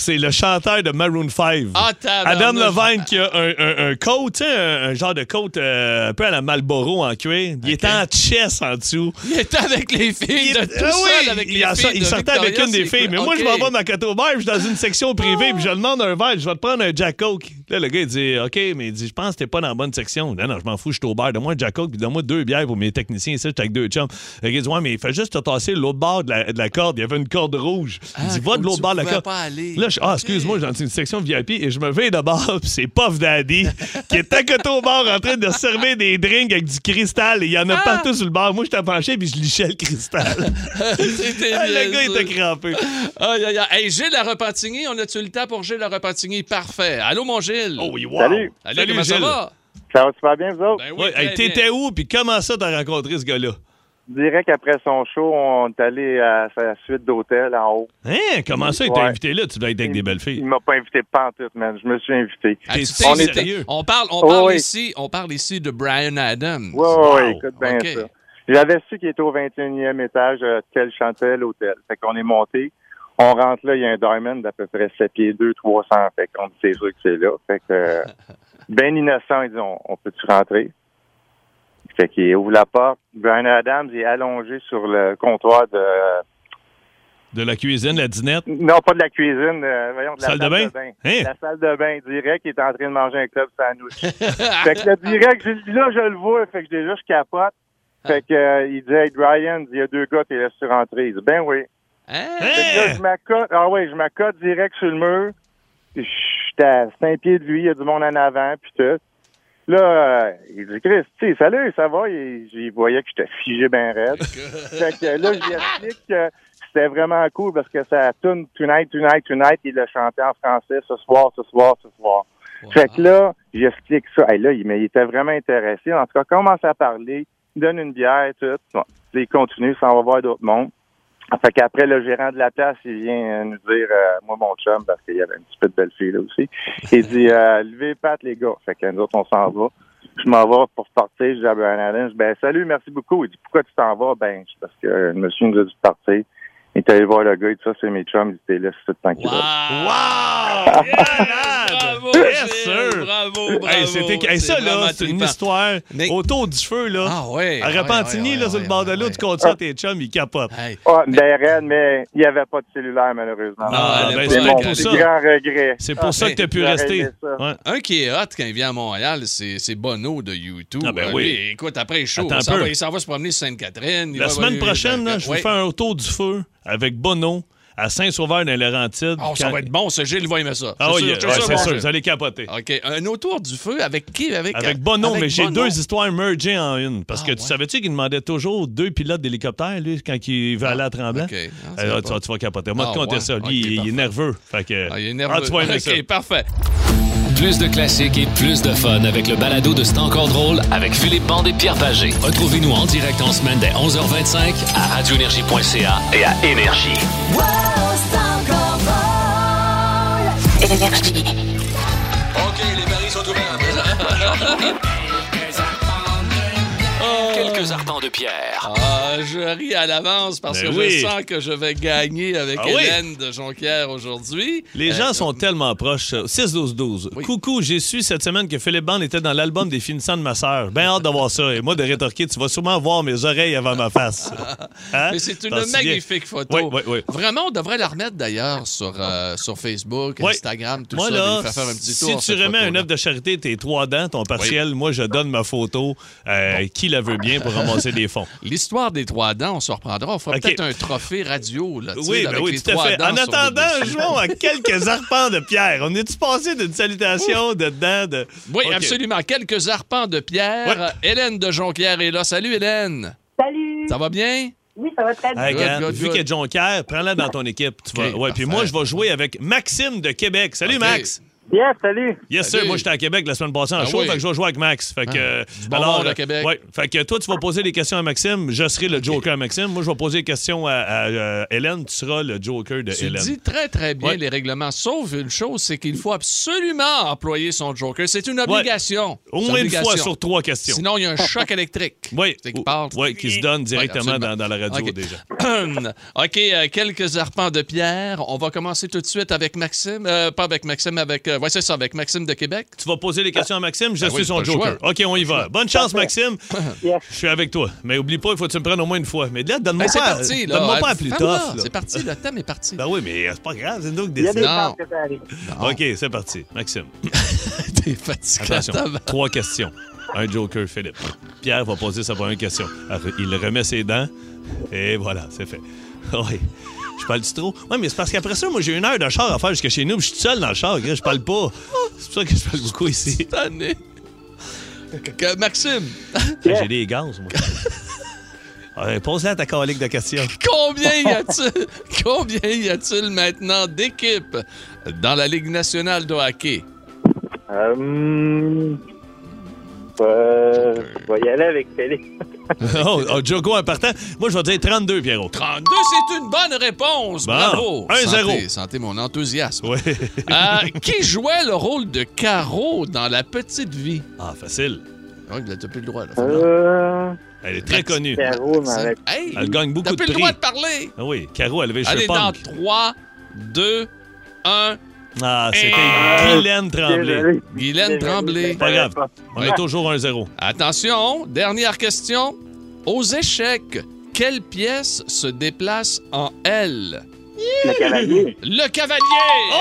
Speaker 3: C'est le chanteur de Maroon 5.
Speaker 2: Ah, tabarnouche.
Speaker 3: Adam Levine qui a un, un, un coat, tu sais, un, un genre de coat euh, un peu à la Malboro en cuir. Il était en chess en dessous.
Speaker 2: Il était avec les filles de
Speaker 3: Ah
Speaker 2: tout seul avec
Speaker 3: il,
Speaker 2: les
Speaker 3: en
Speaker 2: filles
Speaker 3: sort- il
Speaker 2: de
Speaker 3: sortait avec
Speaker 2: Victoria's
Speaker 3: une des
Speaker 2: Secret.
Speaker 3: filles. Mais moi,
Speaker 2: OK. Ah!
Speaker 3: je m'en vais dans Coteau Bar, je suis dans une section privée, puis je demande un verre, je vais te prendre un Jack Coke. Là, le gars, il dit OK, mais il dit Je pense que t'es pas dans la bonne section. Non, non, je m'en fous, je suis au bar. Donne-moi un Jacob, puis donne-moi deux bières pour mes techniciens ici, j'étais avec deux chums. Le gars dit Ouais, mais il fait juste te tasser l'autre bord de la, de la corde. Il y avait une corde rouge. il dit Va de
Speaker 2: où
Speaker 3: l'autre
Speaker 2: Ah, tu
Speaker 3: bord de la
Speaker 2: pouvais
Speaker 3: corde.
Speaker 2: pas aller.
Speaker 3: Là, je- Ah, excuse-moi, je suis dans une section VIP et je me vais d'abord, puis c'est Puff Daddy qui est à côté au bar en train de servir des drinks avec du cristal. Et il y
Speaker 2: Ah!
Speaker 3: en a partout sur le bar. Moi, j'étais penché, puis je lichais le cristal.
Speaker 2: C'était
Speaker 3: Ah,
Speaker 2: bien
Speaker 3: le gars
Speaker 2: sûr.
Speaker 3: était crampé.
Speaker 2: Aïe, aïe, aïe. Hey, Gilles à Repentigny, on a-tu le temps pour Gilles à Repentigny? Parfait. Allô, mon Gilles.
Speaker 3: Oh, oui, wow.
Speaker 9: Salut.
Speaker 2: Allô,
Speaker 3: Salut,
Speaker 2: comment ça
Speaker 3: Gilles.
Speaker 2: va?
Speaker 9: Ça va super bien, vous autres?
Speaker 2: Ben
Speaker 3: Ouais,
Speaker 2: très
Speaker 3: hey, t'étais
Speaker 2: bien.
Speaker 3: où, puis comment ça t'as rencontré ce gars-là?
Speaker 9: Direct après son show, on est allé à sa suite d'hôtel en haut.
Speaker 3: Hein? Comment ça, il t'a
Speaker 9: Ouais.
Speaker 3: invité là? Tu dois être avec des belles
Speaker 9: Il
Speaker 3: filles.
Speaker 9: m'a pas invité pantoute, man. Je me suis invité.
Speaker 2: Ah, tu
Speaker 3: T'es
Speaker 2: sais,
Speaker 3: on est
Speaker 2: c'était-
Speaker 3: sérieux?
Speaker 2: On parle, on parle
Speaker 9: Oh, oui.
Speaker 2: ici, on parle ici de Brian Adams.
Speaker 9: Ouais, ouais, ouais, écoute bien
Speaker 2: OK.
Speaker 9: ça. J'avais su qu'il était au 21e étage, euh, tel chantel, hôtel. Fait qu'on est monté. On rentre là, il y a un diamond d'à peu près 7 pieds 2, 300. Fait qu'on dit, c'est sûr que c'est là. Fait que, euh, ben innocent, ils disent, on, on peut-tu rentrer? Fait qu'il ouvre la porte. Brian Adams est allongé sur le comptoir de,
Speaker 3: De la cuisine, la dinette.
Speaker 9: non, pas de la cuisine, euh, voyons, de la
Speaker 3: Salle de bain? Hein?
Speaker 9: La salle de bain, direct, il est en train de manger un club sandwich. fait que le direct, je- là, je le vois, fait que déjà, je capote. Fait que, euh, il dit, hey, Brian, il y a deux gars, t'es laissé rentrer. Il dit, ben oui.
Speaker 2: Hein?
Speaker 9: Fait que là,
Speaker 3: Hein?
Speaker 9: je m'accote, ah ouais, je m'accote direct sur le mur. Puis J'étais à cinq pieds de lui, il y a du monde en avant, puis tout. Là, euh, il dit, Chris, tu sais, salut, ça va? Il, il voyait que j'étais figé ben raide. fait que là, je lui explique que c'était vraiment cool parce que ça tourne Tonight, Tonight, Tonight, il le chantait en français ce soir, ce soir, ce soir. Fait que là, j'explique ça. Hey, là, il, mais il était vraiment intéressé. En tout cas, commence à parler, il donne une bière, tout. Bon, il continue, ça, on va voir d'autres mondes. Fait qu'après, le gérant de la place, il vient euh, nous dire, euh, moi, mon chum, parce qu'il y avait un petit peu de belle fille là aussi, il dit, euh, levez patte, les gars. Fait que nous autres, on s'en va. Je m'en vais pour partir. Je dis à Brian Allen, je dis, ben, salut, merci beaucoup. Il dit, pourquoi tu t'en vas? Ben, je dis, parce que euh, le monsieur nous a dit de partir. Il est allé voir le gars, il dit, ça, c'est mes chums, il dit, t'es là, c'est tout le temps qu'il va.
Speaker 3: Wow! Malade!
Speaker 2: Ah! Bravo,
Speaker 3: Yes,
Speaker 2: Gilles,
Speaker 3: sir!
Speaker 2: Bravo, bravo.
Speaker 3: Hey, c'était- hey, ça,
Speaker 2: vraiment
Speaker 3: là, c'est une
Speaker 2: trippant.
Speaker 3: histoire
Speaker 2: Mais-
Speaker 3: autour du feu, là.
Speaker 2: Ah, ouais.
Speaker 3: à
Speaker 2: ouais,
Speaker 3: Repentigny,
Speaker 2: ouais,
Speaker 3: là,
Speaker 2: ouais,
Speaker 3: sur le bord de
Speaker 2: ouais,
Speaker 3: l'eau,
Speaker 2: ouais.
Speaker 3: tu comptes ça à tes chums, ils capotent.
Speaker 2: Hey.
Speaker 9: Ah, ben, Red, mais il n'y avait pas de cellulaire, malheureusement.
Speaker 2: Ah,
Speaker 3: Ah, ben,
Speaker 2: c'est
Speaker 9: c'est
Speaker 3: peut-être
Speaker 2: pas
Speaker 9: mon
Speaker 2: grave.
Speaker 3: pour
Speaker 9: plus
Speaker 3: ça.
Speaker 9: grand regret.
Speaker 3: C'est pour
Speaker 2: Ah,
Speaker 3: ça que t'as pu
Speaker 9: j'aurais
Speaker 3: rester.
Speaker 9: aimé ça.
Speaker 3: Ouais.
Speaker 2: Un qui est hot quand il vient à Montréal, c'est c'est Bono de YouTube. Euh,
Speaker 3: Ah, ben oui.
Speaker 2: écoute, après il est chaud,
Speaker 3: Attends un
Speaker 2: il s'en
Speaker 3: peu.
Speaker 2: va, il s'en va se promener sur Sainte-Catherine. il
Speaker 3: La
Speaker 2: va-
Speaker 3: semaine
Speaker 2: va-
Speaker 3: prochaine, là, je vous
Speaker 2: Ouais.
Speaker 3: fais un autour du feu avec Bono à Saint-Sauveur dans les Laurentides.
Speaker 2: Oh, ça
Speaker 3: Quand-
Speaker 2: va être bon, ce Gilles va aimer ça.
Speaker 3: Ah oui,
Speaker 2: sûr,
Speaker 3: ouais,
Speaker 2: je suis
Speaker 3: c'est
Speaker 2: bon,
Speaker 3: sûr,
Speaker 2: Gilles.
Speaker 3: vous allez capoter.
Speaker 2: OK. Un autour du feu avec qui? Avec, euh,
Speaker 3: Avec Bono,
Speaker 2: avec
Speaker 3: mais j'ai
Speaker 2: Bono.
Speaker 3: deux histoires mergées en une. Parce
Speaker 2: Ah,
Speaker 3: que tu
Speaker 2: ouais.
Speaker 3: savais-tu qu'il demandait toujours deux pilotes d'hélicoptère, lui, quand il va aller à Tremblant?
Speaker 2: OK. Ah, c'est
Speaker 3: Alors,
Speaker 2: pas-
Speaker 3: tu, vas- tu vas capoter. Moi,
Speaker 2: Ah,
Speaker 3: te compter
Speaker 2: ouais.
Speaker 3: ça. Lui,
Speaker 2: OK,
Speaker 3: il- il,
Speaker 2: parfait.
Speaker 3: est nerveux. Fait que...
Speaker 2: Ah, il est nerveux.
Speaker 3: Ah, tu vas aimer
Speaker 2: OK,
Speaker 3: ça.
Speaker 2: parfait.
Speaker 1: Plus de classiques et plus de fun avec le balado de C'est encore drôle avec Philippe Bande et Pierre Pagé. Retrouvez-nous en direct en semaine dès 11h25 à radioénergie.ca et à Énergie.
Speaker 6: Énergie.
Speaker 1: Quelques arpents de pierre.
Speaker 2: Ah, je ris à l'avance parce
Speaker 3: Ben
Speaker 2: que
Speaker 3: oui.
Speaker 2: je sens que je vais gagner avec
Speaker 3: Ah oui.
Speaker 2: Hélène de Jonquière aujourd'hui.
Speaker 3: Les
Speaker 2: Euh,
Speaker 3: gens sont tellement proches. Euh, 6-12-12.
Speaker 2: Oui.
Speaker 3: Coucou, j'ai su cette semaine que Philippe Bande était dans l'album des finissants de ma sœur. Ben hâte d'avoir ça. Et moi, de rétorquer, tu vas sûrement voir mes oreilles avant ma face. Hein?
Speaker 2: Mais c'est une
Speaker 3: T'en souviens?
Speaker 2: magnifique photo.
Speaker 3: Oui, oui, oui.
Speaker 2: Vraiment, on devrait la remettre d'ailleurs sur, euh, sur Facebook,
Speaker 3: Oui.
Speaker 2: Instagram, tout
Speaker 3: moi,
Speaker 2: ça.
Speaker 3: là,
Speaker 2: lui faire faire un petit
Speaker 3: si
Speaker 2: tour,
Speaker 3: tu
Speaker 2: cette
Speaker 3: remets un
Speaker 2: photo-là.
Speaker 3: œuvre de charité, tes trois dents, ton partiel, moi, je donne ma photo. euh, Qui la veut bien pour ramasser des fonds?
Speaker 2: L'histoire des trois dents, on se reprendra. On fera
Speaker 3: OK.
Speaker 2: peut-être un trophée radio. Là, tu sais,
Speaker 3: Oui, ben
Speaker 2: avec
Speaker 3: oui,
Speaker 2: les
Speaker 3: tout à
Speaker 2: trois
Speaker 3: fait.
Speaker 2: dents
Speaker 3: En
Speaker 2: sur le
Speaker 3: attendant,
Speaker 2: dessus.
Speaker 3: jouons à quelques arpents de pierre. On est-tu passé d'une salutation de dedans? De...
Speaker 2: Oui,
Speaker 3: OK.
Speaker 2: absolument. Quelques arpents de pierre.
Speaker 3: Ouais.
Speaker 2: Hélène de Jonquière est là. Salut, Hélène.
Speaker 5: Salut!
Speaker 2: Ça va bien?
Speaker 5: Oui, ça va très bien.
Speaker 3: Hey,
Speaker 2: Good,
Speaker 3: Gab,
Speaker 2: good,
Speaker 3: vu
Speaker 2: good.
Speaker 3: qu'il y a Jonquière, prends-la dans ton équipe. Tu vas...
Speaker 2: OK,
Speaker 3: ouais, puis
Speaker 2: parfait.
Speaker 3: moi, je vais jouer avec Maxime de Québec. Salut,
Speaker 2: OK.
Speaker 3: Max.
Speaker 9: Yes, salut!
Speaker 3: Yes,
Speaker 2: Salut.
Speaker 3: sir. Moi, j'étais à Québec la semaine passée en
Speaker 2: Ah
Speaker 3: show,
Speaker 2: oui. Ah.
Speaker 3: fait que je vais jouer avec Max. Fait que, euh,
Speaker 2: bon monde à
Speaker 3: euh,
Speaker 2: Québec.
Speaker 3: ouais. fait que toi, tu vas poser des questions à Maxime. Je serai le Joker à Maxime. Moi, je vais poser des questions à, à, euh, Hélène. Tu seras le Joker de
Speaker 2: Tu
Speaker 3: Hélène.
Speaker 2: dis très, très bien
Speaker 3: Ouais.
Speaker 2: les règlements, sauf une chose, c'est qu'il faut absolument employer son joker. C'est une obligation.
Speaker 3: Au
Speaker 2: C'est
Speaker 3: moins une
Speaker 2: obligation.
Speaker 3: fois sur trois questions.
Speaker 2: Sinon, il y a un choc électrique.
Speaker 3: Oui,
Speaker 2: C'est qui part.
Speaker 3: ouais, qui se donne directement
Speaker 2: absolument.
Speaker 3: dans, dans la radio
Speaker 2: OK.
Speaker 3: déjà.
Speaker 2: OK, euh, quelques arpents de pierre. On va commencer tout de suite avec Maxime. Euh, pas avec Maxime, avec euh, euh, ouais, c'est ça, avec Maxime de Québec.
Speaker 3: Tu vas poser les questions à Maxime, je
Speaker 2: Ah
Speaker 3: suis
Speaker 2: oui,
Speaker 3: son
Speaker 2: pas le
Speaker 3: joker.
Speaker 2: choix.
Speaker 3: OK, on y va. Bonne chance, Maxime.
Speaker 7: Yes.
Speaker 3: Je suis avec toi. Mais oublie pas, il faut que tu me prennes au moins une fois. Mais là, donne-moi
Speaker 2: Hey, Ben, c'est
Speaker 3: pas,
Speaker 2: parti, là.
Speaker 3: Ah, donne-moi pas à
Speaker 2: Euh,
Speaker 3: plus
Speaker 2: ferme-la.
Speaker 3: tough. là.
Speaker 2: C'est parti, le thème est parti.
Speaker 3: Ben oui, mais c'est pas grave, c'est nous qui
Speaker 7: Il y a des
Speaker 3: décidons.
Speaker 2: Non.
Speaker 7: chances que ça arrive.
Speaker 2: Ah.
Speaker 3: OK, c'est parti. Maxime,
Speaker 2: T'es fatigué.
Speaker 3: attention. Trois questions. Un joker, Philippe. Pierre va poser sa première question. Alors, Il remet ses dents. Et voilà, c'est fait. Oui. Je parle du trop. Oui, mais c'est parce qu'après ça, moi, j'ai une heure de char à faire jusqu'à chez nous. puis Je suis tout seul dans le char. gars, Je parle pas. C'est pour ça que je parle beaucoup ici.
Speaker 2: Cette année. Que- Maxime,
Speaker 3: Ah, J'ai des gaz, moi. Ouais, Pose-la ta colique de questions.
Speaker 2: combien y a-t-il combien y a-t-il maintenant d'équipes dans la Ligue nationale de hockey?
Speaker 9: Euh, hum, euh, je vais y aller avec Félix.
Speaker 3: oh, oh, Diogo, en partant. Moi, je vais dire 32, Pierrot.
Speaker 2: 32, c'est une bonne réponse.
Speaker 3: Bon,
Speaker 2: Bravo.
Speaker 3: 1-0.
Speaker 2: Santé, santé, mon enthousiasme.
Speaker 3: Oui.
Speaker 2: Euh, qui jouait le rôle de Caro dans La Petite Vie?
Speaker 3: Ah, facile.
Speaker 2: Oui, là, t'as plus le droit. Là.
Speaker 9: Euh,
Speaker 3: Elle est très connue.
Speaker 9: Caro, mais avec
Speaker 2: Maxime. Hey,
Speaker 3: Elle gagne beaucoup
Speaker 2: t'as
Speaker 3: de
Speaker 2: plus le
Speaker 3: prix.
Speaker 2: droit de parler.
Speaker 3: Ah oui, Caro, elle avait les cheveux
Speaker 2: Allez, dans
Speaker 3: punk.
Speaker 2: 3, 2, 1.
Speaker 3: Ah, c'était
Speaker 2: Et-
Speaker 3: Guylaine Tremblay.
Speaker 9: désolé.
Speaker 2: Guylaine Tremblay.
Speaker 3: Pas grave.
Speaker 9: pas.
Speaker 3: On est toujours 1-0.
Speaker 2: Attention, dernière question. Aux échecs, quelle pièce se déplace en L?
Speaker 9: Le cavalier.
Speaker 2: Le cavalier!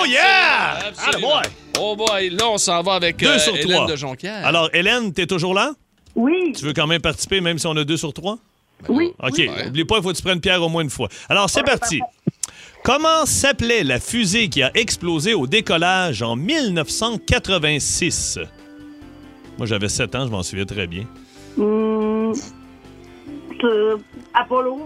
Speaker 3: Oh, yeah!
Speaker 2: Absolument.
Speaker 3: Ah, boy!
Speaker 2: Oh boy, là on s'en va avec
Speaker 3: Deux
Speaker 2: euh,
Speaker 3: sur
Speaker 2: Hélène
Speaker 3: trois.
Speaker 2: de Jonquière.
Speaker 3: Alors, Hélène, t'es toujours là?
Speaker 5: Oui.
Speaker 3: Tu veux quand même participer, même si on a 2 sur 3?
Speaker 5: Oui.
Speaker 3: OK.
Speaker 2: Ouais.
Speaker 3: Oublie pas, il faut que tu prennes Pierre au moins une fois. Alors, c'est parti. Comment s'appelait la fusée qui a explosé au décollage en 1986? Moi, j'avais 7 ans, je m'en souviens très bien.
Speaker 5: Hum, euh, Apollo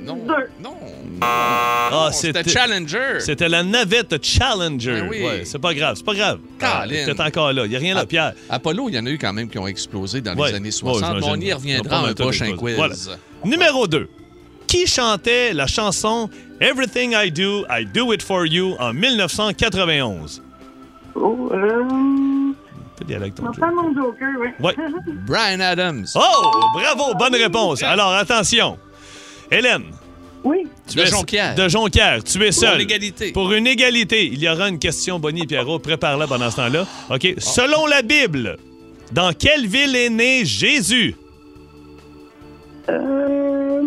Speaker 2: non,
Speaker 5: 2.
Speaker 2: non.
Speaker 3: Ah,
Speaker 2: non,
Speaker 3: c'était
Speaker 2: Oh, c'était Challenger.
Speaker 3: C'était la navette Challenger.
Speaker 2: Ben oui.
Speaker 3: Ouais, c'est pas grave, c'est pas grave.
Speaker 2: Colin.
Speaker 3: T'es encore là. Il a rien là,
Speaker 2: Ah,
Speaker 3: Pierre.
Speaker 2: Apollo, il y en a eu quand même qui ont explosé dans
Speaker 3: Ouais.
Speaker 2: les années
Speaker 3: Ouais,
Speaker 2: 60. mais on
Speaker 3: j'imagine.
Speaker 2: y
Speaker 3: On va
Speaker 2: reviendra
Speaker 3: pas
Speaker 2: dans un
Speaker 3: mettre
Speaker 2: prochain
Speaker 3: toutes les
Speaker 2: quiz.
Speaker 3: choses. Voilà. Numéro 2. Qui chantait la chanson Everything I Do, I Do It For You en 1991?
Speaker 5: Oh, euh,
Speaker 3: T'as dit avec ton
Speaker 5: on
Speaker 3: Joe.
Speaker 5: parle mon Joker, oui.
Speaker 3: Ouais.
Speaker 2: Brian Adams.
Speaker 3: Oh, bravo, bonne réponse. Alors, attention. Hélène.
Speaker 5: Oui.
Speaker 3: Tu
Speaker 2: De
Speaker 3: es-
Speaker 2: Jonquière.
Speaker 3: De Jonquière. Tu es seul.
Speaker 2: l'égalité.
Speaker 3: Pour une égalité. Il y aura une question, Bonnie et Pierrot. Prépare-la pendant ce temps-là. OK. Selon la Bible, dans quelle ville est né Jésus?
Speaker 5: Euh,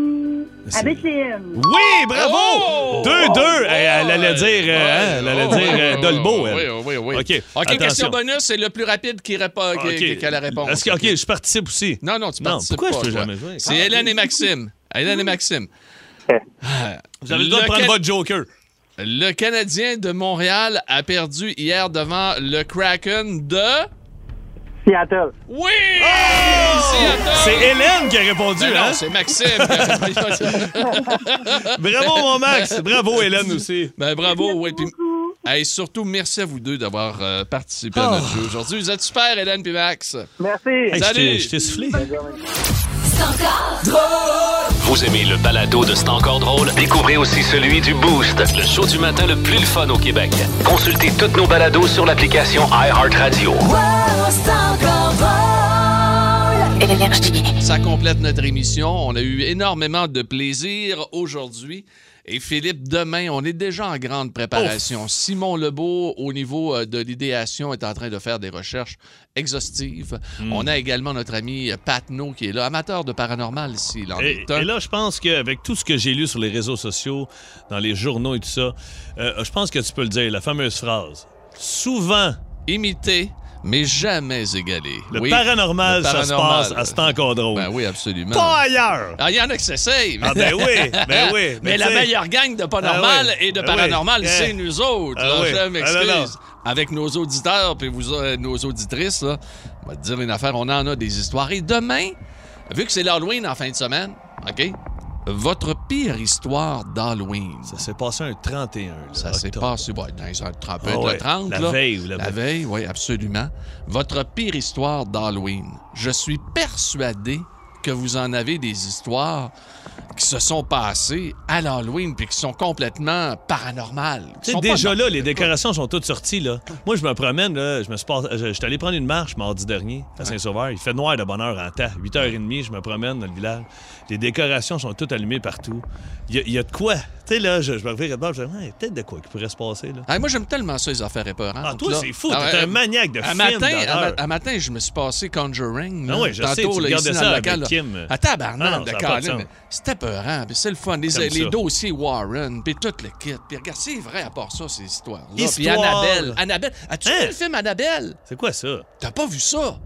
Speaker 3: C'est-
Speaker 5: à Bethléem.
Speaker 3: Oui, bravo!
Speaker 2: Oh!
Speaker 3: 2-2.
Speaker 2: Oh!
Speaker 3: Eh, elle, elle allait dire, euh, hein, elle allait
Speaker 2: Oh,
Speaker 3: dire euh,
Speaker 2: oh,
Speaker 3: Dolbeau. elle.
Speaker 2: Oui, oui, oui.
Speaker 3: OK,
Speaker 2: OK,
Speaker 3: attention.
Speaker 2: question bonus, c'est le plus rapide qui, répond, qui,
Speaker 3: OK.
Speaker 2: qui- qui a la réponse.
Speaker 3: Est-ce que- OK, je participe aussi.
Speaker 2: Non, non, tu
Speaker 3: Non,
Speaker 2: participes
Speaker 3: pourquoi
Speaker 2: pas,
Speaker 3: je peux
Speaker 2: toi.
Speaker 3: jamais jouer? Ah,
Speaker 2: C'est Hélène et Maxime. Hélène et Maxime.
Speaker 3: Vous avez le droit de prendre
Speaker 2: Lequel-
Speaker 3: votre Joker.
Speaker 2: Le Canadien de Montréal a perdu hier devant le Kraken de...
Speaker 7: Seattle.
Speaker 2: Oui!
Speaker 3: Oh! C'est
Speaker 2: Seattle!
Speaker 3: Hélène qui a répondu,
Speaker 2: Ben
Speaker 3: hein?
Speaker 2: non, c'est Maxime.
Speaker 3: Bravo, mon Max. Bravo, Hélène aussi.
Speaker 2: ben, bravo. Ouais, puis- Hey, surtout, merci à vous deux d'avoir euh, participé
Speaker 3: Oh.
Speaker 2: à notre jeu aujourd'hui. Vous êtes super, Hélène puis Max.
Speaker 7: Merci.
Speaker 3: Hey, je
Speaker 2: Salut.
Speaker 3: t'ai- je t'ai soufflé. hein?
Speaker 1: Vous aimez le balado de C'est encore drôle? Découvrez aussi celui du Boost, le show du matin le plus le fun au Québec. Consultez toutes nos balados sur l'application iHeartRadio.
Speaker 2: Ça complète notre émission. On a eu énormément de plaisir aujourd'hui. Et Philippe, demain, on est déjà en grande préparation. Simon Lebeau, au niveau euh, de l'idéation, est en train de faire des recherches exhaustives.
Speaker 3: Hmm.
Speaker 2: On a également notre ami euh, Pat No qui est là, amateur de paranormal s'il en
Speaker 3: Et,
Speaker 2: est un.
Speaker 3: et là, je pense qu'avec tout ce que j'ai lu sur les réseaux sociaux, dans les journaux et tout ça, euh, je pense que tu peux le dire, la fameuse phrase. Souvent,
Speaker 2: Imité, mais jamais égalé.
Speaker 3: le
Speaker 2: Oui.
Speaker 3: paranormal,
Speaker 2: Le
Speaker 3: ça
Speaker 2: paranormal.
Speaker 3: se passe à cet encore drôle.
Speaker 2: Ben oui, absolument.
Speaker 3: Pas ailleurs!
Speaker 2: Ah, il y en a qui s'essayent.
Speaker 3: Ah ben oui, ben oui.
Speaker 2: Mais, la
Speaker 3: tu sais-
Speaker 2: meilleure gang de pas normal
Speaker 3: Ah oui.
Speaker 2: et de
Speaker 3: Ah
Speaker 2: paranormal,
Speaker 3: oui.
Speaker 2: c'est
Speaker 3: Eh.
Speaker 2: nous autres.
Speaker 3: Ah
Speaker 2: là,
Speaker 3: oui.
Speaker 2: Je m'excuse.
Speaker 3: Ah non, non.
Speaker 2: Avec nos auditeurs puis vous, euh, nos auditrices, là, on va te dire une affaire, on en a des histoires. Et demain, vu que c'est l'Halloween en fin de semaine, OK? Votre pire histoire d'Halloween.
Speaker 3: Ça s'est passé un 31. là,
Speaker 2: Ça s'est
Speaker 3: octobre.
Speaker 2: passé ouais, dans les heures de 30, peut
Speaker 3: Ah
Speaker 2: être le
Speaker 3: ouais,
Speaker 2: 30,
Speaker 3: la
Speaker 2: là.
Speaker 3: veille ou la-
Speaker 2: La veille, oui, absolument. Votre pire histoire d'Halloween. Je suis persuadé que vous en avez des histoires qui se sont passées à l'Halloween puis qui sont complètement paranormales.
Speaker 3: Tu
Speaker 2: qui
Speaker 3: sais,
Speaker 2: sont pas
Speaker 3: déjà
Speaker 2: normales.
Speaker 3: là, les décorations sont toutes sorties. Là. Moi, je me promène, là, je me suis pas- je, je suis allé prendre une marche mardi dernier à Saint-Sauveur. Il fait noir de bonne heure en temps. 8h30, je me promène dans le village. Les décorations sont toutes allumées partout. Il y a- il y, a de quoi. Tu sais, là, je, je me reviens de je me dis, Ah, il y a peut-être de quoi qui pourrait se passer. Là.
Speaker 2: Ah, moi, j'aime tellement ça, les affaires épeurantes.
Speaker 3: Ah, toi,
Speaker 2: là.
Speaker 3: c'est fou. T'es
Speaker 2: Ah,
Speaker 3: un
Speaker 2: euh,
Speaker 3: maniaque de
Speaker 2: à
Speaker 3: films
Speaker 2: matin, à,
Speaker 3: d'horreur.
Speaker 2: ma- à matin, je me suis passé Conjuring.
Speaker 3: Ah
Speaker 2: là,
Speaker 3: oui, je sais,
Speaker 2: tantôt,
Speaker 3: tu
Speaker 2: là,
Speaker 3: regardais
Speaker 2: ici,
Speaker 3: ça
Speaker 2: dans le
Speaker 3: avec
Speaker 2: local, là.
Speaker 3: Kim.
Speaker 2: À tabarnak,
Speaker 3: Ah non,
Speaker 2: de
Speaker 3: ça a pas de
Speaker 2: câlin,
Speaker 3: sens.
Speaker 2: mais C'était peurant, puis c'est le fun. Les,
Speaker 3: J'aime
Speaker 2: les
Speaker 3: ça.
Speaker 2: dossiers Warren, puis tout le kit. Puis regarde, c'est vrai à part ça, ces histoires-là. Puis
Speaker 3: Histoire.
Speaker 2: Annabelle. Annabelle. As-tu
Speaker 3: Hein?
Speaker 2: vu le film Annabelle?
Speaker 3: C'est quoi ça?
Speaker 2: T'as pas vu ça?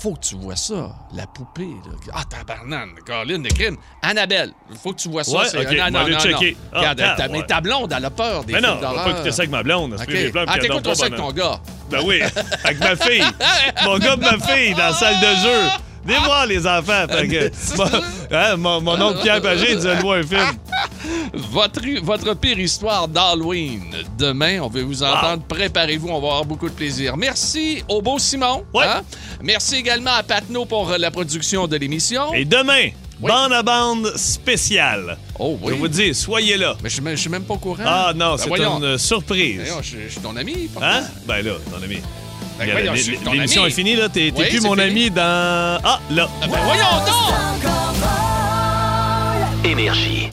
Speaker 2: Faut que tu vois ça. La poupée, là. Ah, tabarnane, Colin de crime. Annabelle, faut que tu vois ça.
Speaker 3: Ouais,
Speaker 2: c'est-
Speaker 3: ok,
Speaker 2: non,
Speaker 3: on va
Speaker 2: non,
Speaker 3: aller
Speaker 2: non,
Speaker 3: checker.
Speaker 2: non.
Speaker 3: Ah,
Speaker 2: Regarde,
Speaker 3: tab,
Speaker 2: ta, mais
Speaker 3: ouais.
Speaker 2: ta blonde, elle a peur des
Speaker 3: Mais non,
Speaker 2: films
Speaker 3: on va
Speaker 2: d'horreur.
Speaker 3: pas écouter ça avec ma blonde. on se
Speaker 2: OK.
Speaker 3: fait des plans,
Speaker 2: Ah,
Speaker 3: puis elle
Speaker 2: t'écoutes
Speaker 3: dort
Speaker 2: ça
Speaker 3: pas
Speaker 2: avec ton
Speaker 3: bonne
Speaker 2: gars.
Speaker 3: heure. Ben oui, avec ma fille. Mon gars et ma fille dans la salle de jeu. Venez voir les enfants. Fait que, mon, hein, mon- mon oncle Pierre Pagé, il disait louer un film.
Speaker 2: Ah, Votre, votre pire histoire d'Halloween. Demain, on va vous entendre. Préparez-vous, on va avoir beaucoup de plaisir. Merci au beau Simon. hein?
Speaker 3: Ouais.
Speaker 2: Merci également à Patno pour euh, la production de l'émission.
Speaker 3: Et demain, bande à bande spéciale.
Speaker 2: Oh oui.
Speaker 3: Je vous dis, soyez là.
Speaker 2: Mais je suis même- je suis même pas au courant.
Speaker 3: Ah non,
Speaker 2: Ben
Speaker 3: c'est
Speaker 2: voyons. Ben
Speaker 3: une euh, surprise.
Speaker 2: Voyons, Je je suis ton ami. pourtant.
Speaker 3: Hein? Ben là, ton ami.
Speaker 2: Ben
Speaker 3: Regarde,
Speaker 2: voyons,
Speaker 3: l'é-
Speaker 2: je suis ton
Speaker 3: L'émission est
Speaker 2: ami.
Speaker 3: finie, là. T'es t'es
Speaker 2: Oui,
Speaker 3: plus
Speaker 2: c'est
Speaker 3: mon
Speaker 2: fini.
Speaker 3: ami dans. Ah, là.
Speaker 2: Ben voyons donc!
Speaker 1: Énergie.